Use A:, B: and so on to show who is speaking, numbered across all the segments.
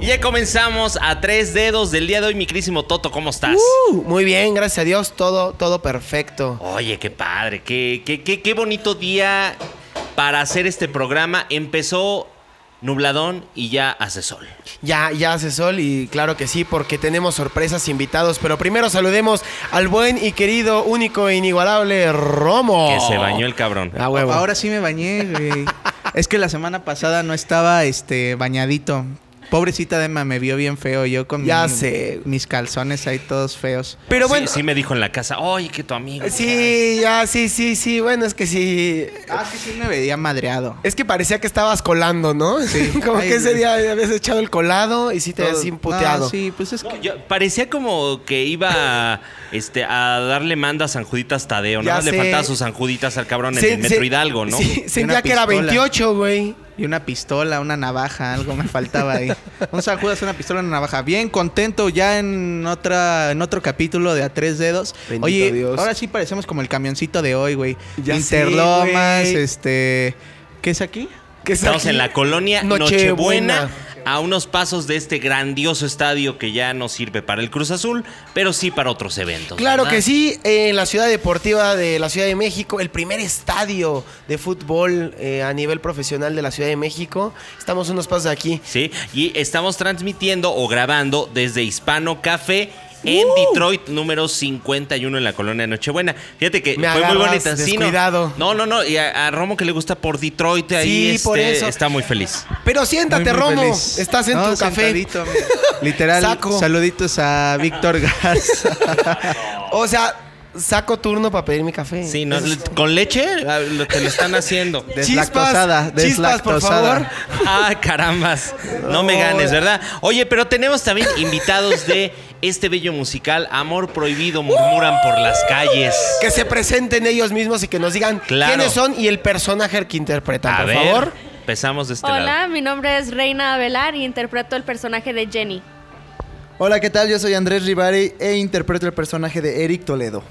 A: ya comenzamos a tres dedos del día de hoy, mi querísimo Toto, ¿cómo estás?
B: Uh, muy bien, gracias a Dios, todo, todo perfecto.
A: Oye, qué padre, qué, qué, qué, qué bonito día para hacer este programa. Empezó nubladón y ya hace sol.
B: Ya, ya hace sol y claro que sí, porque tenemos sorpresas invitados. Pero primero saludemos al buen y querido, único e inigualable Romo.
A: Que se bañó el cabrón.
B: Ah, huevo.
C: Ahora sí me bañé, güey. es que la semana pasada no estaba este bañadito. Pobrecita Dema, me vio bien feo yo con
B: Ya
C: mi-
B: sé.
C: mis calzones ahí todos feos.
B: Pero
A: Sí,
B: bueno,
A: Sí, me dijo en la casa, oye, que tu amigo.
B: sí, ya, sí, sí, sí. Bueno, es que sí.
C: Ah, sí, sí me veía madreado.
B: Es que parecía que estabas colando, ¿no?
C: Sí.
B: Como
C: Ay,
B: que ese
C: güey.
B: día habías echado el colado y sí te habías
C: Todo-
B: Este imputeado.
C: No, sí, pues es que...
A: No, yo- parecía como que iba a, este, a darle manda a San Juditas Tadeo.
B: Ya
A: Nada más le
B: sé.
A: faltaba sus San Juditas al cabrón en
B: Se-
A: el Metro
B: se-
A: Hidalgo, ¿no?
B: Sí, sentía
C: una
B: que era
C: pistola.
B: 28, güey.
C: Y una pistola, una navaja, algo me faltaba ahí. Un San Judas, una pistola, una navaja. Bien contento ya en otra en otro capítulo de A Tres Dedos.
B: Bendito
C: Oye,
B: Dios.
C: ahora sí parecemos como el camioncito de hoy, güey.
B: Ya
C: Interlomas,
B: sé, güey.
C: este... ¿Qué es aquí?
B: Que
A: Estamos en la colonia
B: Nochebuena.
A: Nochebuena, a unos pasos de este grandioso estadio que ya no sirve para el Cruz Azul, pero sí para otros eventos.
B: Claro
A: ¿verdad?
B: que sí, eh, en la ciudad deportiva de la Ciudad de México, el primer estadio de fútbol eh, a nivel profesional de la Ciudad de México. Estamos unos pasos de aquí.
A: Sí, y estamos transmitiendo o grabando desde Hispano Café en
B: ¡Uh!
A: Detroit, número 51 en la colonia Nochebuena. Fíjate que
B: Me
A: fue muy
B: agarras
A: bonita. sí, no.
B: descuidado.
A: no, no, no. Y a, a Romo que le gusta por Detroit, ahí
B: Sí, por
A: este,
B: eso.
A: está muy feliz.
B: Pero siéntate,
C: Muy, muy
B: Romo.
C: feliz.
B: Estás en
C: No,
B: tu café.
C: sentadito, mira. Literal,
B: Saco.
C: saluditos a Víctor Garza.
B: O sea, saco turno para pedir mi café.
A: Sí, no, le- con leche ah, lo- te lo están haciendo.
C: Deslactosada,
B: chispas, por favor.
C: deslactosada.
A: Ah, carambas. No me ganes, ¿verdad? Oye, pero tenemos también invitados de este bello musical, Amor Prohibido, murmuran por las calles.
B: Que se presenten ellos mismos y que nos digan
A: Claro.
B: quiénes son y el personaje que interpretan, por favor.
A: Empezamos de este lado.
D: Hola, mi nombre es Reina Avelar y interpreto el personaje de Jenny.
E: Hola, ¿qué tal? Yo soy Andrés Ribari e interpreto el personaje de Eric Toledo.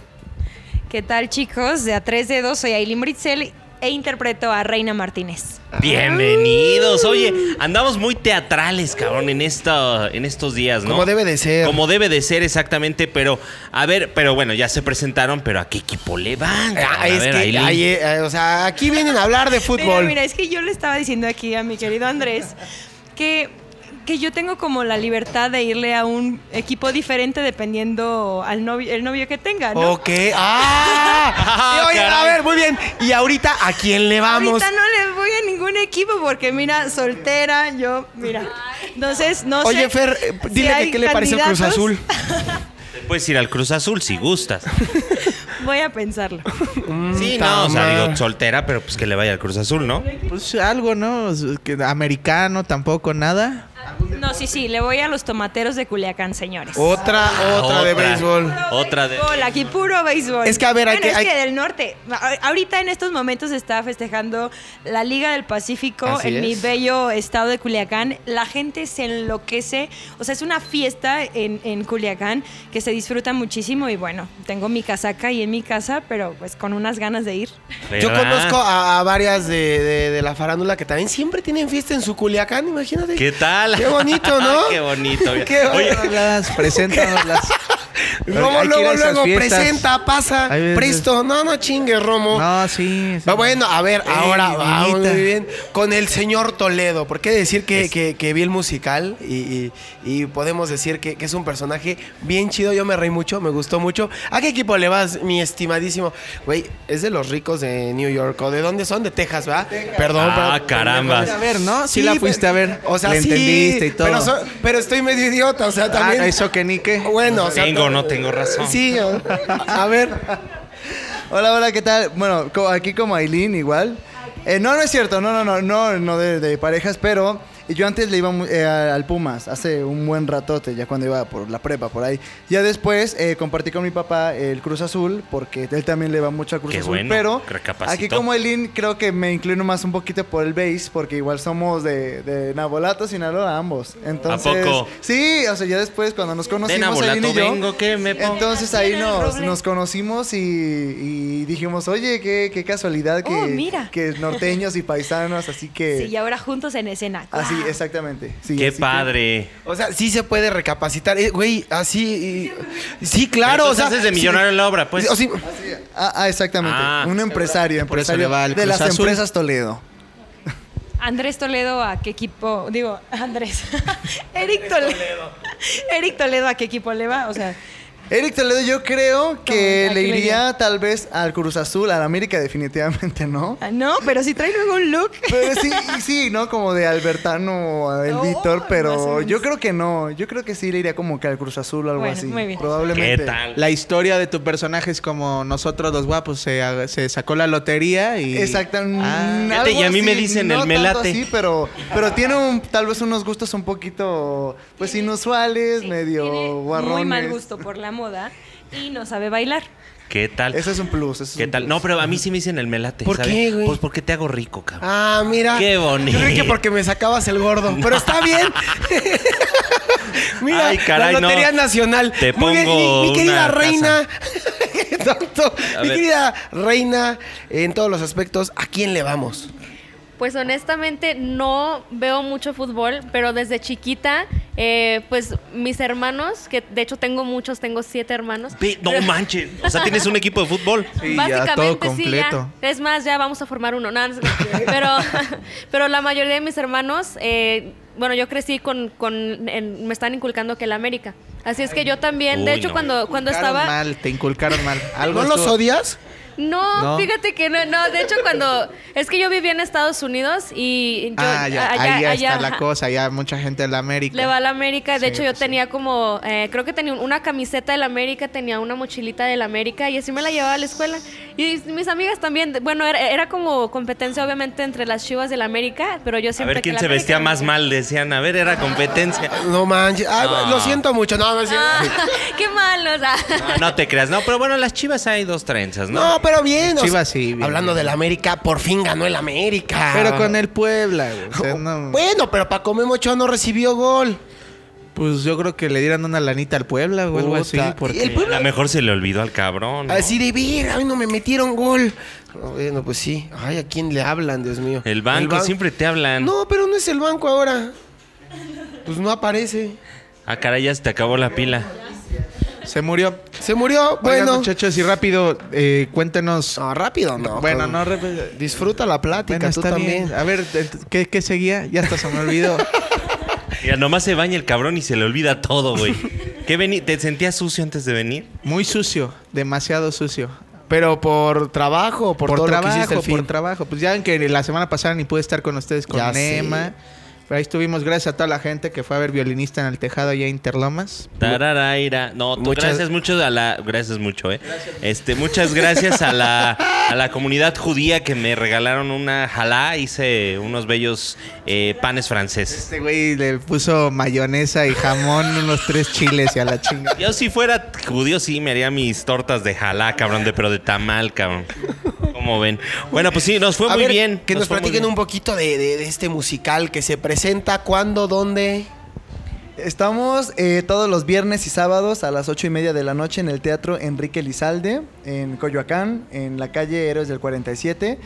F: ¿Qué tal, chicos? De A Tres Dedos, soy Aileen Britzel e interpreto a Reina Martínez.
A: Bienvenidos. Oye, andamos muy teatrales, cabrón, en esta, en estos días, ¿no?
B: Como debe de ser.
A: Como debe de ser, exactamente. Pero, a ver, pero bueno, ya se presentaron, pero ¿a qué equipo le van?
B: Ah,
A: cabrón? A
B: es
A: ver,
B: que
A: Ailín.
B: ahí, eh, o sea, aquí vienen a hablar de
F: Mira,
B: fútbol.
F: mira, es que yo le estaba diciendo aquí a mi querido Andrés que, que yo tengo como la libertad de irle a un equipo diferente dependiendo al novio, el novio que tenga, ¿no?
B: Ok. ¡Ah!
A: Ah,
B: Y oye, a
A: caray.
B: ver, muy bien. Y ahorita, ¿a quién le vamos?
F: Ahorita no le voy a ningún equipo porque mira, soltera, yo, mira. Entonces, no sé.
B: Oye, Fer, eh,
F: si
B: dile
F: hay
B: que qué le parece el Cruz
F: candidatos.
B: Azul.
A: Te puedes ir al Cruz Azul si gustas.
F: Voy a pensarlo.
B: Mm,
A: Sí, no, o sea,
B: Tamar.
A: digo, soltera, pero pues que le vaya al Cruz Azul, ¿no?
C: Pues algo, ¿no? Que- Americano, tampoco, nada.
F: No, sí, sí, le voy a los tomateros de Culiacán, señores.
B: Otra, otra de béisbol.
A: Otra de.
F: Béisbol, aquí puro béisbol.
B: Es que, a ver, hay
F: Bueno,
B: que-
F: es
B: hay-
F: que del norte. A- Ahorita en estos momentos se está festejando la Liga del Pacífico
B: Así
F: en mi
B: es.
F: bello estado de Culiacán. La gente se enloquece. O sea, es una fiesta en, en Culiacán que se disfruta muchísimo. Y bueno, tengo mi casaca ahí en mi casa, pero pues con unas ganas de ir.
B: Yo
A: ¿Verdad?
B: conozco a, a varias de, de- de la farándula que también siempre tienen fiesta en su Culiacán, imagínate.
A: ¿Qué tal?
B: Qué bonito, ¿no?
A: Qué bonito.
B: Qué
A: Oye,
C: Las preséntanoslas.
B: Luego,
C: Hay que ir
B: luego,
C: a esas
B: luego,
C: fiestas.
B: presenta, pasa,
C: Hay veces-
B: presto. No, no chingue, Romo.
C: No, sí. sí.
B: Ah, bueno, a ver,
C: Ey,
B: ahora vamos
C: bonita.
B: muy bien. Con el señor Toledo, ¿por qué decir que,
A: Es-
B: que- que vi el musical? Y, y- y podemos decir que, que es un personaje bien chido. Yo me reí mucho, me gustó mucho. ¿A qué equipo le vas, mi estimadísimo? Güey, es de los ricos de New York. ¿O de dónde son? De Texas, ¿verdad? Perdón.
A: Ah,
B: pero-
A: caramba.
C: A ver, ¿no? Sí la fuiste a ver.
B: O sea,
C: Le
B: sí,
C: entendiste y todo.
B: Pero, so- pero estoy medio idiota, o sea, también...
C: Ah, eso que ni qué.
B: Bueno, o sea,
A: tengo, no tengo razón.
B: Sí, o- a ver.
E: Ah, Hola, hola, ¿qué tal? Bueno, co- aquí como Aileen igual. Eh, no, no es cierto, no, no, no, no, no de, de parejas, pero yo antes le iba mu- eh, a- al Pumas hace un buen ratote, ya cuando iba por la prepa, por ahí. Ya después eh, compartí con mi papá el Cruz Azul, porque él también le va mucho al Cruz
A: Qué
E: Azul,
A: bueno,
E: pero
A: recapacitó.
E: aquí como Aileen creo que me inclino más un poquito por el base, porque igual somos de, de Nabolato, Sinaloa, ambos. Entonces,
A: poco?
E: Sí, o sea, ya después cuando nos conocimos,
A: Nabolato
E: Aileen y yo,
A: vengo, ¿qué me pongo?
E: entonces ahí
F: Era el
E: nos,
F: roble.
E: nos conocimos y, y dijimos, oye, qué, qué casualidad que,
F: Oh, mira.
E: que norteños y paisanos, así que...
F: Sí, y ahora juntos en escena.
E: Así Sí, exactamente. Sí,
A: Qué
E: así que-
A: padre.
B: O sea, sí se puede recapacitar. Eh, güey, así. y- sí,
A: Pero
B: claro. O
A: tú te
B: sea,
A: haces de millonario en la obra, pues.
B: o sí-
E: oh, Ah, ah, exactamente.
A: Ah.
E: un empresario,
C: Por eso
E: empresario
C: le va al
E: de
C: Cruz
E: las
C: Azul.
E: empresas Toledo.
F: Andrés Toledo, ¿a qué equipo? Digo, Andrés. Eric Toledo. Eric Toledo, ¿a qué equipo le va? O sea,
E: Eric Toledo, yo creo que
F: ¿a
E: le
F: quién le
E: iría tal vez al Cruz Azul, al América definitivamente, ¿no?
F: ah, no, pero si trae luego un look.
E: Pero sí, sí, ¿no? Como de Albertano o el
F: Oh,
E: Víctor,
F: más o
E: pero
F: menos.
E: yo creo que no. Yo creo que sí le iría como que al Cruz Azul o algo
F: Bueno,
E: así.
F: muy bien.
A: ¿Qué
E: Probablemente.
A: tal?
C: La historia de tu personaje es como nosotros los guapos, se, ag- se sacó la lotería y...
E: Exactamente.
C: Ah,
A: Fíjate, y a mí me dicen el melate.
E: Sí, pero, pero tiene un, tal vez unos gustos un poquito, pues
F: Sí,
E: inusuales,
F: tiene
E: medio guarrones.
F: Muy mal gusto por la moda y no sabe bailar.
A: ¿Qué tal?
E: Eso es un plus. eso es
A: ¿Qué
E: un
A: tal?
E: plus.
A: No, pero a mí sí me dicen el melate.
B: ¿Por
A: ¿sabes?
B: qué, güey?
A: Pues porque te hago rico, cabrón.
B: Ah, mira.
A: Qué bonito.
B: Yo creí que porque me sacabas el gordo. Pero está bien. mira,
A: Ay, caray,
B: la Lotería
A: no.
B: Nacional.
A: Te
B: Muy bien,
A: pongo
B: Mi, mi querida
A: una
B: reina. Exacto.
A: A
B: Mi
A: ver.
B: querida reina, en todos los aspectos, ¿a quién le vamos?
D: Pues honestamente no veo mucho fútbol, pero desde chiquita, eh, pues mis hermanos, que de hecho tengo muchos, tengo siete
B: Ah.
D: hermanos.
A: Ve, No
D: pero-
A: manches. O sea, tienes un equipo de fútbol.
C: Sí, ya,
D: Básicamente
C: todo
D: sí, ya.
C: completo.
D: Es más, ya vamos a formar uno. No, no sé. pero, pero la mayoría de mis hermanos, eh, bueno, yo crecí con, con en- me están inculcando que el América. Así es que yo también, de
A: Uy,
D: hecho,
A: no.
D: cuando, cuando
C: Inculcaron
D: estaba...
C: mal, te inculcaron mal. Algo
B: ¿No los
C: estuvo-
B: odias?
D: No,
C: ¿No?
D: fíjate que no, no, de hecho cuando es que yo vivía en Estados Unidos y yo
C: Ah, ya,
D: allá-
C: ahí está
D: allá,
C: la
D: ajá,
C: cosa, ya mucha gente de la América.
D: Le va a la América. De
C: Sí,
D: hecho, yo
C: pues sí.
D: tenía como, eh, creo que tenía una camiseta de la América, tenía una mochilita de la América y así me la llevaba a la escuela. Y mis amigas también, bueno, era, era como competencia obviamente entre las chivas de la América, pero yo
A: A
D: siempre...
A: ver
D: que
A: quién
D: la
A: se
D: América-
A: vestía más mal, decían. A ver, era competencia.
B: No manches. Ay,
A: No.
B: Lo siento mucho. No, no es cierto.
D: Ah, qué malos. ah.
A: No, no te creas. No, pero bueno, las chivas hay dos trenzas, ¿no?
B: No, pero bien. o sea,
C: Chivas sí, bien,
B: Hablando
C: bien.
B: del América, por fin ganó el América.
C: Pero con el Puebla, güey. o sea, no-
B: Bueno, pero Paco Memochoa no recibió gol.
C: pues yo creo que le dieran una lanita al Puebla o algo así.
B: Puta.
C: Porque...
B: El Puebla-
A: A lo mejor se le olvidó al cabrón. ¿no?
B: Así de ver, ay, no me metieron gol. No, Bueno, pues sí. Ay, ¿a quién le hablan, Dios mío?
A: El banco,
B: ban-
A: siempre te hablan.
B: No, pero no es el banco ahora. Pues no aparece.
A: Ah, caray, ya se te acabó la pila.
C: Se murió.
B: Se murió.
C: Bueno,
B: Bueno.
C: muchachos, y rápido, eh, cuéntenos.
B: no, rápido, no.
C: bueno,
B: Con-
C: no. re-
B: Disfruta la plática,
C: Bueno,
B: tú
C: está
B: también.
C: bien. A ver, eh, ¿qué, qué seguía? Ya hasta se me olvidó.
A: Mira, nomás se baña el cabrón y se le olvida todo, güey. ¿Qué veni- ¿Te sentías sucio antes de venir?
C: Muy sucio, demasiado sucio.
B: Pero por trabajo, por, todo
C: trabajo,
B: lo que hiciste el
C: por
B: fin.
C: trabajo. Pues ya ven que la semana pasada ni pude estar con ustedes con
B: Ya sé.
C: Nema. Pero ahí estuvimos, gracias a toda la gente que fue a ver violinista en el tejado allá en Interlomas.
A: Tararaira. No, tú
B: Muchas-
A: gracias mucho a la. Gracias mucho, ¿eh? Este, muchas gracias a la, a la comunidad judía que me regalaron una jalá. Hice unos bellos eh, panes franceses.
C: Este güey le puso mayonesa y jamón, unos tres chiles y a la chinga.
A: Yo, si fuera judío, sí me haría mis tortas de jalá, cabrón, de, pero de tamal, cabrón. Como ven. Bueno, pues sí, nos fue
B: A
A: muy
B: ver,
A: bien.
B: Que nos,
A: fue muy
B: platiquen
A: bien.
B: un poquito de, de- de este musical que se presenta, cuándo, dónde.
E: Estamos eh, todos los viernes y sábados a las ocho y media de la noche en el Teatro Enrique Lizalde, en Coyoacán, en la calle Héroes del 47.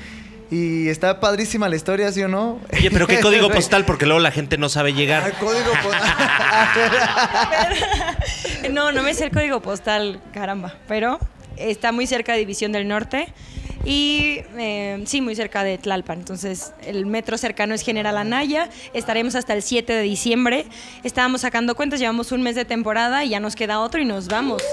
E: Y está padrísima la historia, ¿sí o no?
A: Oye, pero qué código postal, porque luego la gente no sabe llegar.
E: Ah, código postal.
F: No, no me sé el código postal, caramba. Pero está muy cerca de División del Norte y eh, sí, muy cerca de Tlalpan. Entonces, el metro cercano es General Anaya. Estaremos hasta el 7 de diciembre. Estábamos sacando cuentas, llevamos un mes de temporada y ya nos queda otro y nos vamos.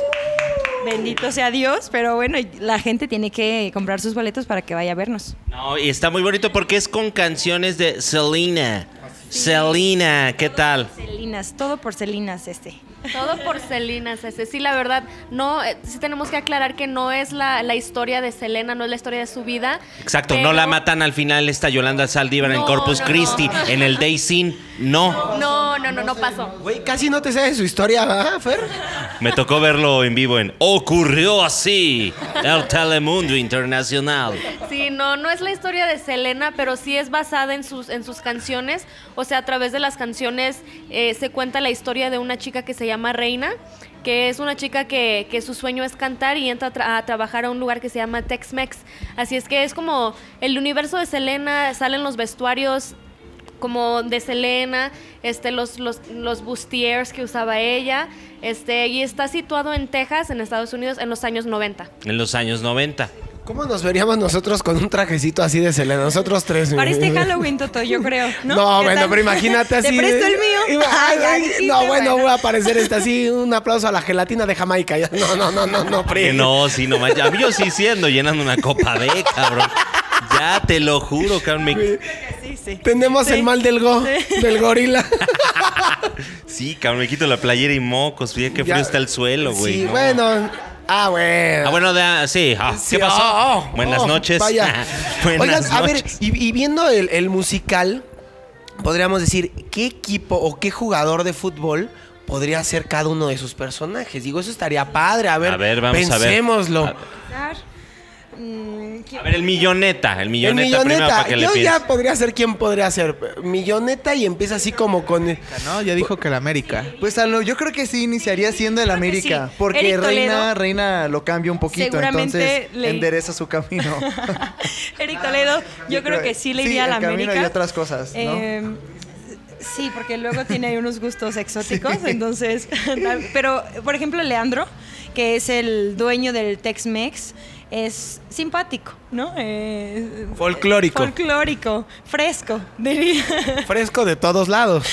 F: Bendito sea Dios, pero bueno, la gente tiene que comprar sus boletos para que vaya a vernos.
A: No, y está muy bonito porque es con canciones de Selena. Selena, ¿qué tal?
F: Celinas, todo por Celinas este.
D: Todo porcelinas ese. Sí, la verdad, no, eh, sí tenemos que aclarar que no es la, la historia de Selena, no es la historia de su vida.
A: Exacto, no
D: pero-
A: la matan al final esta Yolanda Saldívar en
D: No,
A: Corpus
D: no, no.
A: Christi, en el Day Sin. No,
D: No, no, no, no pasó.
B: Güey, casi no te sabes su historia, ¿verdad, Fer?
A: me tocó verlo en vivo en Ocurrió así, el Telemundo Internacional.
D: Sí, no, no es la historia de Selena, pero sí es basada en sus, en sus canciones. O sea, a través de las canciones eh, se cuenta la historia de una chica que se llama Reina, que es una chica que, que su sueño es cantar y entra a, tra- a trabajar a un lugar que se llama Tex-Mex. Así es que es como el universo de Selena, salen los vestuarios, como de Selena, este, los, los, los bustiers que usaba ella, este, y está situado en Texas, en Estados Unidos, en los años 90.
A: En los años 90.
B: ¿Cómo nos veríamos nosotros con un trajecito así de Selena? Nosotros tres. mi-
F: Para este Halloween, Toto, yo creo. No,
B: No,
F: ¿Qué
B: bueno,
F: tal?
B: pero imagínate así.
F: Te
B: de-
F: presto el mío.
B: Iba-
F: Ay,
B: ay, ay,
F: ay, sí,
B: no,
F: qué
B: bueno,
F: bueno.
B: voy a aparecer esta así. Un aplauso a la gelatina de Jamaica. Ya, No, no, no, no, no,
A: Que
B: pri.
A: no, sí, no manches. A mí yo sí siendo llenando una copa B, cabrón. Ya te lo juro, cabrón. me-
F: Sí, sí.
B: Tenemos
F: Sí.
B: el mal del go, del gorila.
A: Sí, cabrón, me quito la playera y mocos. Fíjate qué
B: Ya.
A: frío está el suelo, güey.
B: Sí,
A: no.
B: bueno. Ah, bueno.
A: Ah, bueno, da- sí. ah,
B: Sí,
A: ¿Qué pasó?
B: oh, oh,
A: Buenas
B: oh,
A: noches.
B: Vaya.
A: Buenas
B: Oigan, a ver,
A: noches.
B: y, y viendo el, el musical, podríamos decir, ¿qué equipo o qué jugador de fútbol podría ser cada uno de sus personajes? Digo, eso estaría padre. A ver,
A: A ver, vamos a ver. Ah,
B: pensémoslo.
A: A-
F: Mm, ¿quién-
A: A ver, el milloneta. El
B: El
A: milloneta, primero
B: milloneta,
A: para que le
B: yo
A: pienses.
B: ya podría ser quien podría ser. Milloneta y empieza así como con.
C: ¿no? Ya dijo que el América.
E: Pues a lo- yo creo que sí iniciaría siendo el
F: Creo que
E: América.
F: sí.
E: Porque
F: Eric
E: Reina,
F: Toledo.
E: Reina lo cambia un poquito.
F: Seguramente
E: entonces
F: le-
E: endereza su camino.
F: Eric Toledo, yo creo que sí le iría a la
E: el camino
F: América.
E: y otras cosas, ¿no?
F: Eh, sí, porque luego tiene ahí unos gustos exóticos, entonces... tal. Pero, por ejemplo, Leandro, que es el dueño del Tex-Mex, es simpático, ¿no? Eh,
B: Folclórico.
F: Folclórico, fresco, diría.
B: Fresco de todos lados.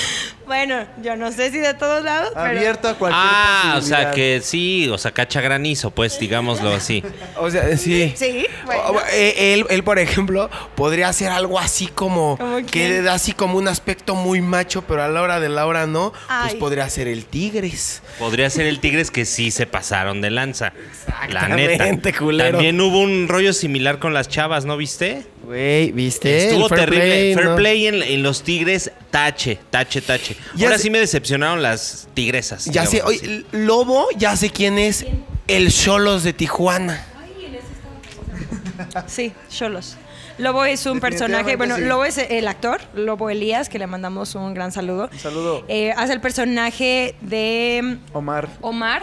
F: Bueno, yo no sé si de todos lados, pero...
E: Abierto a cualquier
A: Ah, o sea
E: posibilidad.
A: que sí, o sea, cacha granizo, pues, digámoslo así.
B: O sea, sí.
F: Sí, bueno.
B: O- eh, Él, él, por ejemplo, podría hacer algo así como
F: ¿Cómo
B: que
F: quién?
B: le da así como un aspecto muy macho, pero a la hora de la hora no.
F: Ay.
B: Pues podría ser el Tigres.
A: Podría ser el Tigres que sí se pasaron de lanza. La neta.
B: Exactamente, culero.
A: También hubo un rollo similar con las chavas, ¿no viste?
B: Güey, ¿viste?
A: Estuvo terrible. fair
B: ¿no?
A: play en, en los Tigres, tache, tache, tache.
B: Ya
A: Ahora
B: sé-
A: sí me decepcionaron las tigresas.
B: Ya sé,
A: digamos
B: oye,
A: así.
B: Lobo, ya sé quién es. El Cholos de Tijuana.
F: Sí, Cholos. Lobo es un personaje, bueno,
E: Definitivamente sí.
F: Lobo es el actor, Lobo Elías, que le mandamos un gran saludo. Un
E: saludo.
F: hace el personaje de mm,
E: Omar.
F: Omar,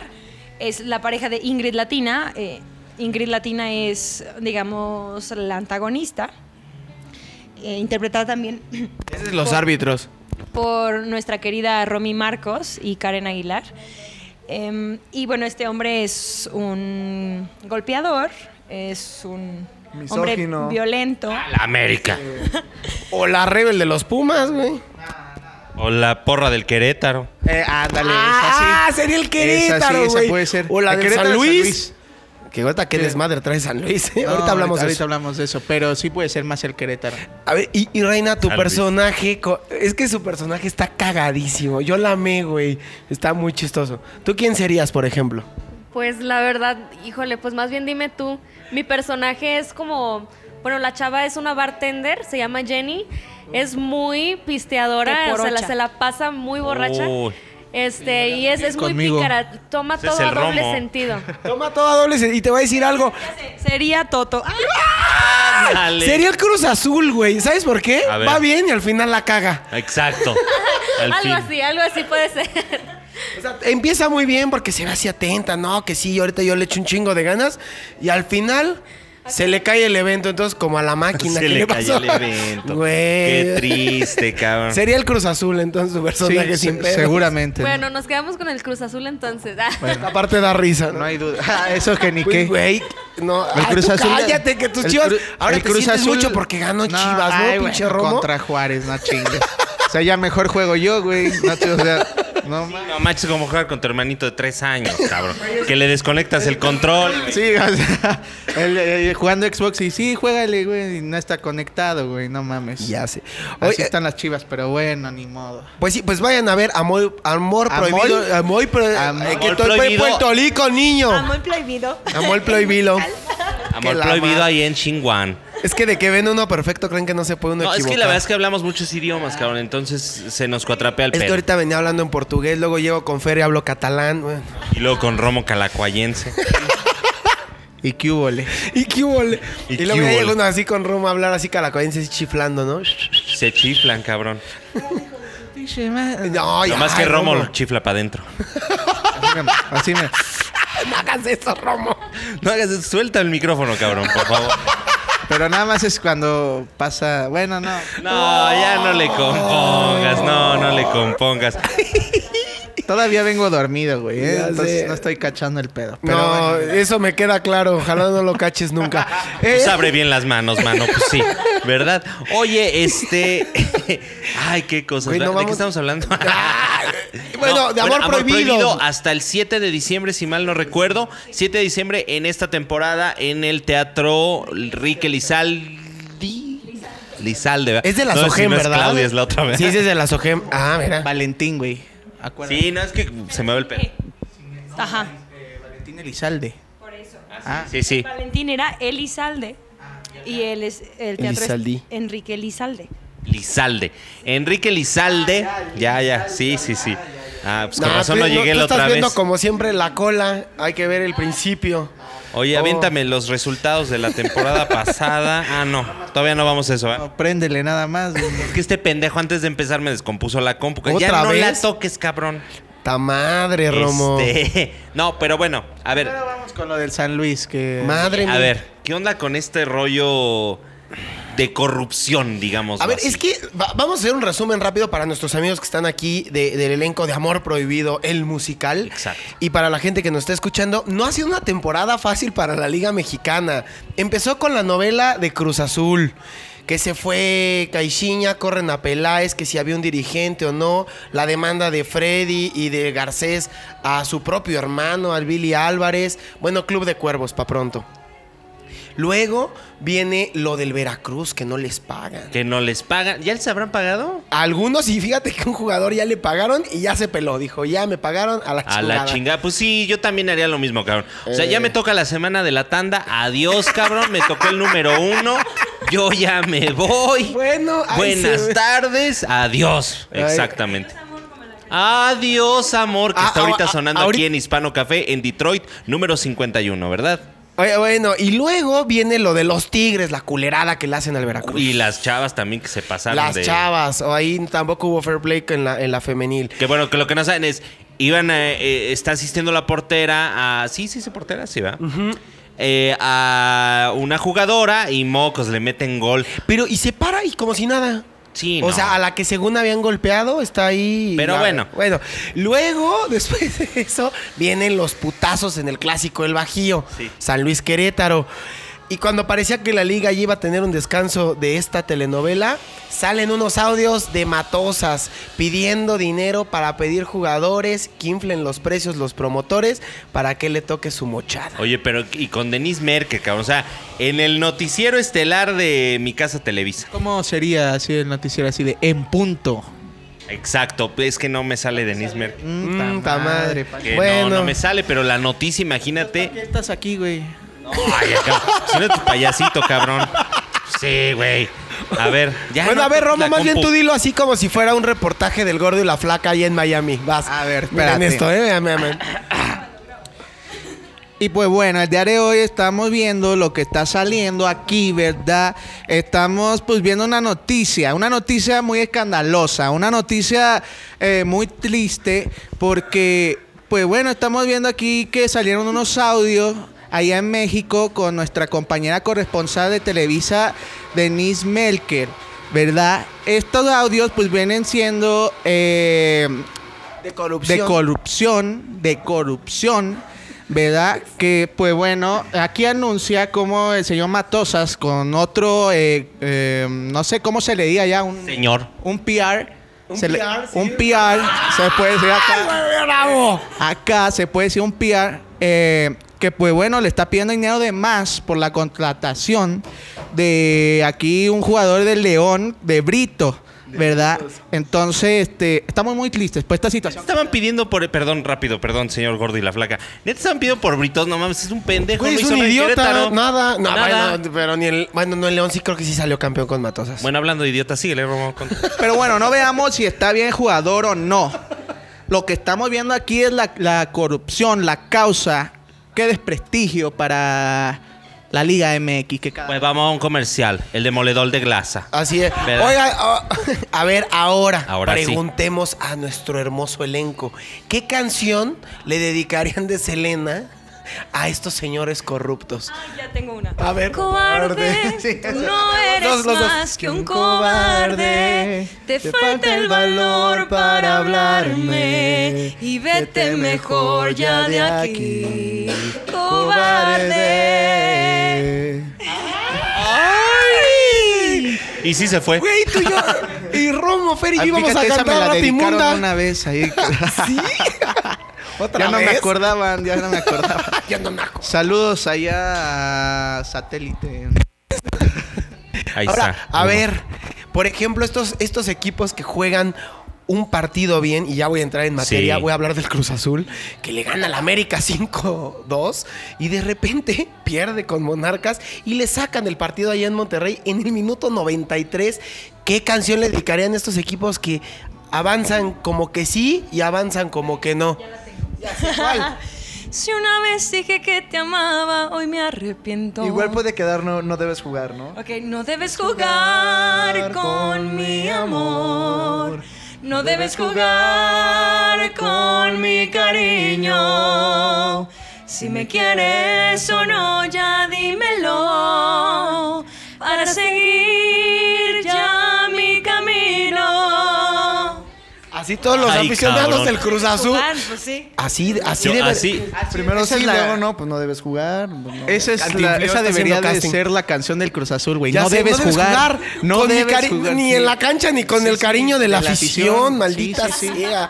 F: es la pareja de Ingrid Latina. eh, Ingrid Latina es, digamos, la antagonista, eh, interpretada también
B: Esos son los árbitros.
F: por nuestra querida Romy Marcos y Karen Aguilar. Em, y bueno, este hombre es un golpeador, es un
E: Misógino.
F: hombre violento.
A: La América.
B: O la Rebel de los Pumas, güey.
A: O la porra del Querétaro.
E: Eh, ándale,
B: Ah,
E: es así.
B: sería el
E: Esa sí,
B: Querétaro,
E: esa
B: güey.
E: puede ser.
B: O la
E: El
B: de
E: Querétaro
B: San
E: de San
B: Luis.
E: Luis.
B: Que ahorita qué desmadre trae San Luis. ¿eh?
C: No,
B: ahorita hablamos de
C: ahorita
B: eso.
C: hablamos de eso, pero sí puede ser más el Querétaro.
B: A ver, y, y Reina, tu
A: San Luis.
B: personaje. co- Es que su personaje está cagadísimo. Yo la amé, güey. Está muy chistoso. ¿Tú quién serías, por ejemplo?
D: Pues la verdad, híjole, pues más bien dime tú. Mi personaje es como, bueno, la chava es una bartender, se llama Jenny, es muy pisteadora, o sea, la-
F: Teporocha.
D: se la pasa muy borracha.
A: Uy.
D: Este, y es, es muy
C: Conmigo.
D: pícara, toma
A: Ese es
D: todo a
A: el
D: doble
A: romo.
D: sentido.
B: Toma todo doble y te voy a decir algo.
F: Sería Toto. ¡Ah!
A: Dale.
B: Sería el Cruz Azul, güey. ¿Sabes por qué?
A: A ver.
B: Va bien y al final la caga.
A: Exacto. Al
D: algo
A: fin.
D: así, algo así puede ser.
B: O sea, empieza muy bien porque se ve así atenta, ¿no? Que sí, ahorita yo le echo un chingo de ganas. Y al final se le cae el evento. Entonces, como a la máquina.
A: Se
B: ¿qué
A: le, cayó
B: pasó?
A: el evento.
B: Güey.
A: Qué triste, cabrón.
B: Sería el Cruz Azul, entonces, su personaje
C: se-
B: sin pedo.
C: seguramente.
D: bueno, nos quedamos con el Cruz Azul entonces.
B: Aparte da risa, ¿no?
C: No hay duda. Ah, eso que ni
B: Pues,
C: qué.
B: Güey, no. ay,
C: El Cruz
B: tú
C: Azul-
B: Cállate, que tus
C: el
B: chivas.
C: Cru-
B: ahora
C: el
B: te sientes mucho porque ganó chivas, ¿no,
C: ay,
B: pinche
C: bueno,
B: Romo?
C: Contra Juárez, no chingues. O sea, ya mejor juego yo, güey. No, te- o sea, no mames.
A: No manches como jugar con tu hermanito de tres años, cabrón. que le desconectas el control.
C: Sí, o sea, el- el- jugando Xbox y sí, juégale, güey. y No está conectado, güey. No mames.
B: Ya sé.
C: Así
B: Oye, eh,
C: están las chivas, pero bueno, ni modo.
B: Pues sí, pues vayan a ver Amor, amor
C: Amor-
B: Prohibido. Amor, pro-
C: Amor
B: eh, que estoy
A: Prohibido.
B: en Puerto Rico, niño.
F: Amor prohibido.
B: Amor Prohibido.
A: Amor
B: la
A: prohibido
B: ma-
A: ahí en Xinguan.
B: Es que de que ven uno perfecto creen que no se puede uno
A: No, es
B: equivocar.
A: que la verdad es que hablamos muchos idiomas, cabrón. Entonces se nos cuatrapea el
B: Es que
A: pelo.
B: ahorita venía hablando en portugués, luego llego con Fer y hablo catalán. bueno.
A: Y luego con Romo Calacuayense.
C: ¿Y qué hubo, le?
B: ¿Y qué hubo, le?
A: ¿Y
B: Y,
A: qué
B: luego
A: hubo,
B: ya llega
A: le?
B: uno así con Roma a hablar así calacoense así chiflando, ¿no?
A: Se chiflan, cabrón.
B: No,
A: Lo
B: ya,
A: más que
B: ay,
A: Romo lo chifla para adentro.
C: Así me- Así me.
B: No hagas eso, Romo.
A: No hagas eso, suelta el micrófono, cabrón, por favor.
C: Pero nada más es cuando pasa. Bueno, no.
A: No, ya no le compongas, no, no le compongas.
C: Todavía vengo dormido, güey. ¿eh?
B: Ya
C: Entonces
B: sé.
C: no estoy cachando el pedo. Pero
B: No,
C: bueno.
B: eso me queda claro. Ojalá no lo caches nunca. Eh,
A: Pues abre bien las manos, mano, pues sí, ¿verdad? Oye, este. Ay, qué cosas.
B: Güey,
A: ¿De
B: no
A: qué
B: vamos- Ah,
A: estamos hablando?
B: bueno, de amor, prohibido.
A: Hasta el 7 de diciembre, si mal no recuerdo. 7 de diciembre en esta temporada en el Teatro Enrique Lizaldi. Lizalde, ¿verdad?
B: Es de la
A: No, si
B: Sogem,
A: no es
B: ¿verdad?
A: Claudia es la otra vez.
B: Sí, ese es de la Sogem. Ah, mira.
C: Valentín, güey. Acuérdate.
A: Sí, no, es que se me va el pelo.
F: Ajá.
C: Valentín Elizalde.
F: Por eso.
C: Ah,
A: Sí, sí.
F: Valentín era Elizalde. Y él es el teatro es
B: Elizaldi.
F: Enrique Elizalde.
A: Lizalde. Enrique Lizalde. Ah, Ya, ya. Sí, sí, sí. Ah, pues con
B: Nah,
A: razón
B: tú-
A: no llegué
B: tú
A: la
B: estás
A: otra
B: viendo
A: vez.
B: como siempre la cola. Hay que ver el principio.
A: Oye,
B: Oh.
A: aviéntame los resultados de la temporada pasada. Ah, no. Todavía no vamos a eso, ¿eh?
C: no, préndele nada más. güey.
A: Es que este pendejo antes de empezar me descompuso la compu. que
B: pues. ¿Otra
A: ya no la
B: vez?
A: toques, cabrón.
B: Ta madre, Romo.
A: Este, no, pero bueno, a ver,
C: Ahora vamos con lo del San Luis, que.
B: Madre mía.
A: a ver, ¿qué onda con este rollo de corrupción, digamos?
B: A ver, es que va- vamos a hacer un resumen rápido para nuestros amigos que están aquí de- del elenco de Amor Prohibido, el musical.
A: Exacto.
B: Y para la gente que nos está escuchando, no ha sido una temporada fácil para la Liga Mexicana. Empezó con la novela de Cruz Azul. Que se fue Caixinha, corren a Peláez, que si había un dirigente o no, la demanda de Freddy y de Garcés a su propio hermano, al Billy Álvarez. Bueno, Club de Cuervos, pa' pronto. Luego viene lo del Veracruz, que no les pagan.
A: Que no les pagan. ¿Ya les habrán pagado?
B: A algunos, y fíjate que un jugador ya le pagaron y ya se peló. Dijo, ya me pagaron a la chingada.
A: A la chingada. Pues sí, yo también haría lo mismo, cabrón. O sea,
B: Eh.
A: ya me toca la semana de la tanda. Adiós, cabrón. Me tocó el número uno. Yo ya me voy.
B: Bueno, ahí
A: Buenas
B: se-
A: tardes. Adiós.
B: Ay.
A: Exactamente. Adiós, amor, que
B: Ah,
A: está ahorita
B: ah,
A: sonando
B: ahorita-
A: aquí en Hispano Café en Detroit, número 51, ¿verdad?
B: Oye, bueno, y luego viene lo de los Tigres, la culerada que le hacen al Veracruz.
A: Y las chavas también que se pasaron
B: Las
A: de...
B: chavas, o ahí tampoco hubo fair play en la, en la femenil.
A: Que bueno, que lo que no saben es, iban a, eh, está asistiendo la portera a... Sí, sí, sí, portera, sí, va. Eh, a una jugadora y mocos, le meten gol.
B: Pero, y se para y como si nada.
A: Sí,
B: O
A: no.
B: sea, a la que según habían golpeado está ahí.
A: Pero
B: La-
A: bueno.
B: Bueno, luego, después de eso, vienen los putazos en el clásico del Bajío,
A: Sí.
B: San Luis Querétaro. Y cuando parecía que la liga ya iba a tener un descanso de esta telenovela, salen unos audios de matosas pidiendo dinero para pedir jugadores, que inflen los precios los promotores para que le toque su mochada.
A: Oye, pero y con Denise Merkel, cabrón. O sea, en el noticiero estelar de Mi Casa Televisa.
C: ¿Cómo sería así el noticiero así de en punto?
A: Exacto, es que no me sale Denise Merkel.
B: Mm, ta madre.
C: pa-
A: Que
B: Bueno.
A: no, no me sale, pero la noticia, imagínate.
C: ¿Qué estás aquí, güey?
A: Ay, cabrón. Si no es tu payasito, cabrón. Sí, güey. A ver, ya.
B: bueno,
A: no
B: a ver,
A: toques
B: Romo,
A: la
B: más bien
A: compu.
B: tú dilo así como si fuera un reportaje del gordo y la flaca ahí en Miami. Vas.
C: A ver,
B: Miren
C: espérate.
B: esto, eh. vean, vean, vean.
C: Y pues bueno, el día de hoy estamos viendo lo que está saliendo aquí, ¿verdad? Estamos pues viendo una noticia, una noticia muy escandalosa, una noticia eh, muy triste porque pues bueno, estamos viendo aquí que salieron unos audios allá en México con nuestra compañera corresponsal de Televisa, Denise Melker, ¿verdad? Estos audios pues vienen siendo... eh,
B: De corrupción.
C: de corrupción, de corrupción, ¿verdad? Que pues bueno, aquí anuncia como el señor Matosas con otro, eh, eh, no sé cómo se le diga ya, un,
A: Señor.
C: un PR.
B: Un
C: se le-
B: PR, sí.
C: un PR, se puede decir acá. Acá se puede decir un PR eh, que pues bueno, le está pidiendo dinero de más por la contratación de aquí un jugador de León, de Brito, ¿verdad? Entonces, este, estamos muy tristes por esta situación.
A: Estaban pidiendo por. Perdón, rápido, perdón, señor gordo y la flaca. Neta estaban pidiendo por britos, no mames, es un pendejo.
B: Güey,
A: no
B: es
A: hizo
B: un
A: nada en
B: idiota.
A: Querétaro.
B: Nada. No,
A: Nada.
B: bueno, pero ni el. Bueno, no, el León sí creo que sí salió campeón con Matosas.
A: Bueno, hablando de idiota, síguele, Romo. con-
C: Pero bueno, no veamos si está bien el jugador o no. Lo que estamos viendo aquí es la, la corrupción, la causa. Qué desprestigio para la Liga MX. Que cada-
A: Pues vamos a un comercial, el demoledor de glasa.
B: Así es.
A: ¿Verdad?
B: Oiga, ah, a ver, ahora,
A: Ahora sí.
B: preguntemos a nuestro hermoso elenco. ¿Qué canción le dedicarían de Selena a estos señores corruptos.
F: Ay, ya tengo una.
B: A ver.
F: Cobarde,
E: Cobarde. Sí,
F: tú
E: esa.
F: no eres
B: Los, los, los.
F: más que un cobarde. Te falta el valor para hablarme y vete mejor ya de aquí. Cobarde.
B: ¡Ay!
A: Y sí se fue.
B: Güey, tú y yo. Y Romo, Fer y yo
C: Ah,
B: íbamos a
C: fíjate, esa me
B: cantar
C: la dedicaron
B: Rapimunda.
C: una vez ahí.
B: ¿Sí? ¿Otra
C: ya no me
B: vez?
C: acordaban, ya no me acordaban.
B: Ya no me acuerdo.
C: Saludos allá a Satélite.
A: Ahí
B: Ahora,
A: está.
B: a
A: Uno.
B: ver, por ejemplo, estos, estos equipos que juegan un partido bien, y ya voy a entrar en materia,
A: Sí.
B: voy a hablar del Cruz Azul, que le gana al América 5-2 y de repente pierde con Monarcas y le sacan el partido allá en Monterrey en el minuto 93. ¿Qué canción le dedicarían a estos equipos que avanzan como que sí y avanzan como que no?
F: Si una vez dije que te amaba, hoy me arrepiento.
E: Igual puede quedar, no, no debes jugar, ¿no?
F: Ok, no debes jugar con mi amor. No debes jugar con mi cariño. Si me quieres o no, ya dímelo. Para seguir ya mi camino.
B: Así todos los
A: Ay,
B: aficionados
A: cabrón.
B: del Cruz Azul.
F: Jugar, pues sí.
B: Así, así
A: Yo-
B: debe-
A: así,
E: Primero
C: Esa
E: sí,
C: es la-
E: luego no, pues no debes jugar. pues no.
C: Esa, es la,
B: Cantinfleo
C: esa
B: está
C: debería
B: haciendo
C: de
B: casting.
C: ser la canción del Cruz Azul, güey.
B: Ya
C: No,
B: sé,
C: debes jugar. No
B: con mi
C: debes
B: cari-
C: jugar.
B: Ni
C: sí.
B: en la cancha ni con
C: Sí,
B: el
C: sí,
B: cariño de la afición, maldita
C: Sí, sí, sí.
B: sea.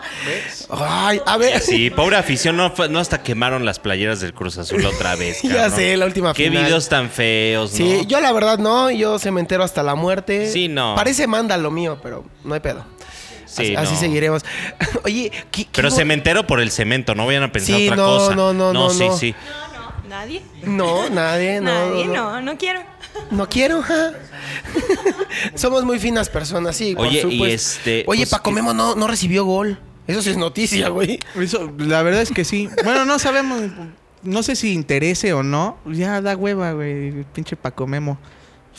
B: Ay, a ver.
A: Sí, pobre afición, no, fue- no hasta quemaron las playeras del Cruz Azul otra vez.
B: Ya
A: cabrón.
B: sé, la última
A: Qué
B: final.
A: videos tan feos,
B: Sí,
A: ¿no?
B: yo la verdad no, yo se me entero hasta la muerte.
A: Sí, no.
B: Parece manda lo mío, pero no hay pedo.
A: Sí,
B: así, así
A: no.
B: seguiremos. Oye, ¿qué, qué
A: Pero
B: bo-
A: se me entero por el cemento, no vayan a pensar
B: Sí,
A: otra
B: no,
A: cosa.
B: no, no, no,
A: sí,
B: no.
A: sí.
F: Nadie.
B: No, nadie, no.
F: Nadie,
B: no, no.
F: no, no quiero.
B: No quiero, ajá. Somos muy finas personas, sí. por
A: Oye, y
B: supuesto.
A: este,
B: Oye,
A: pues,
B: Paco
A: ¿qué-
B: Memo no, no recibió gol. Eso sí es noticia, güey.
C: Eso, la verdad es que sí. Bueno, no sabemos. No sé si interese o no. Ya da hueva, güey. Pinche Paco Memo.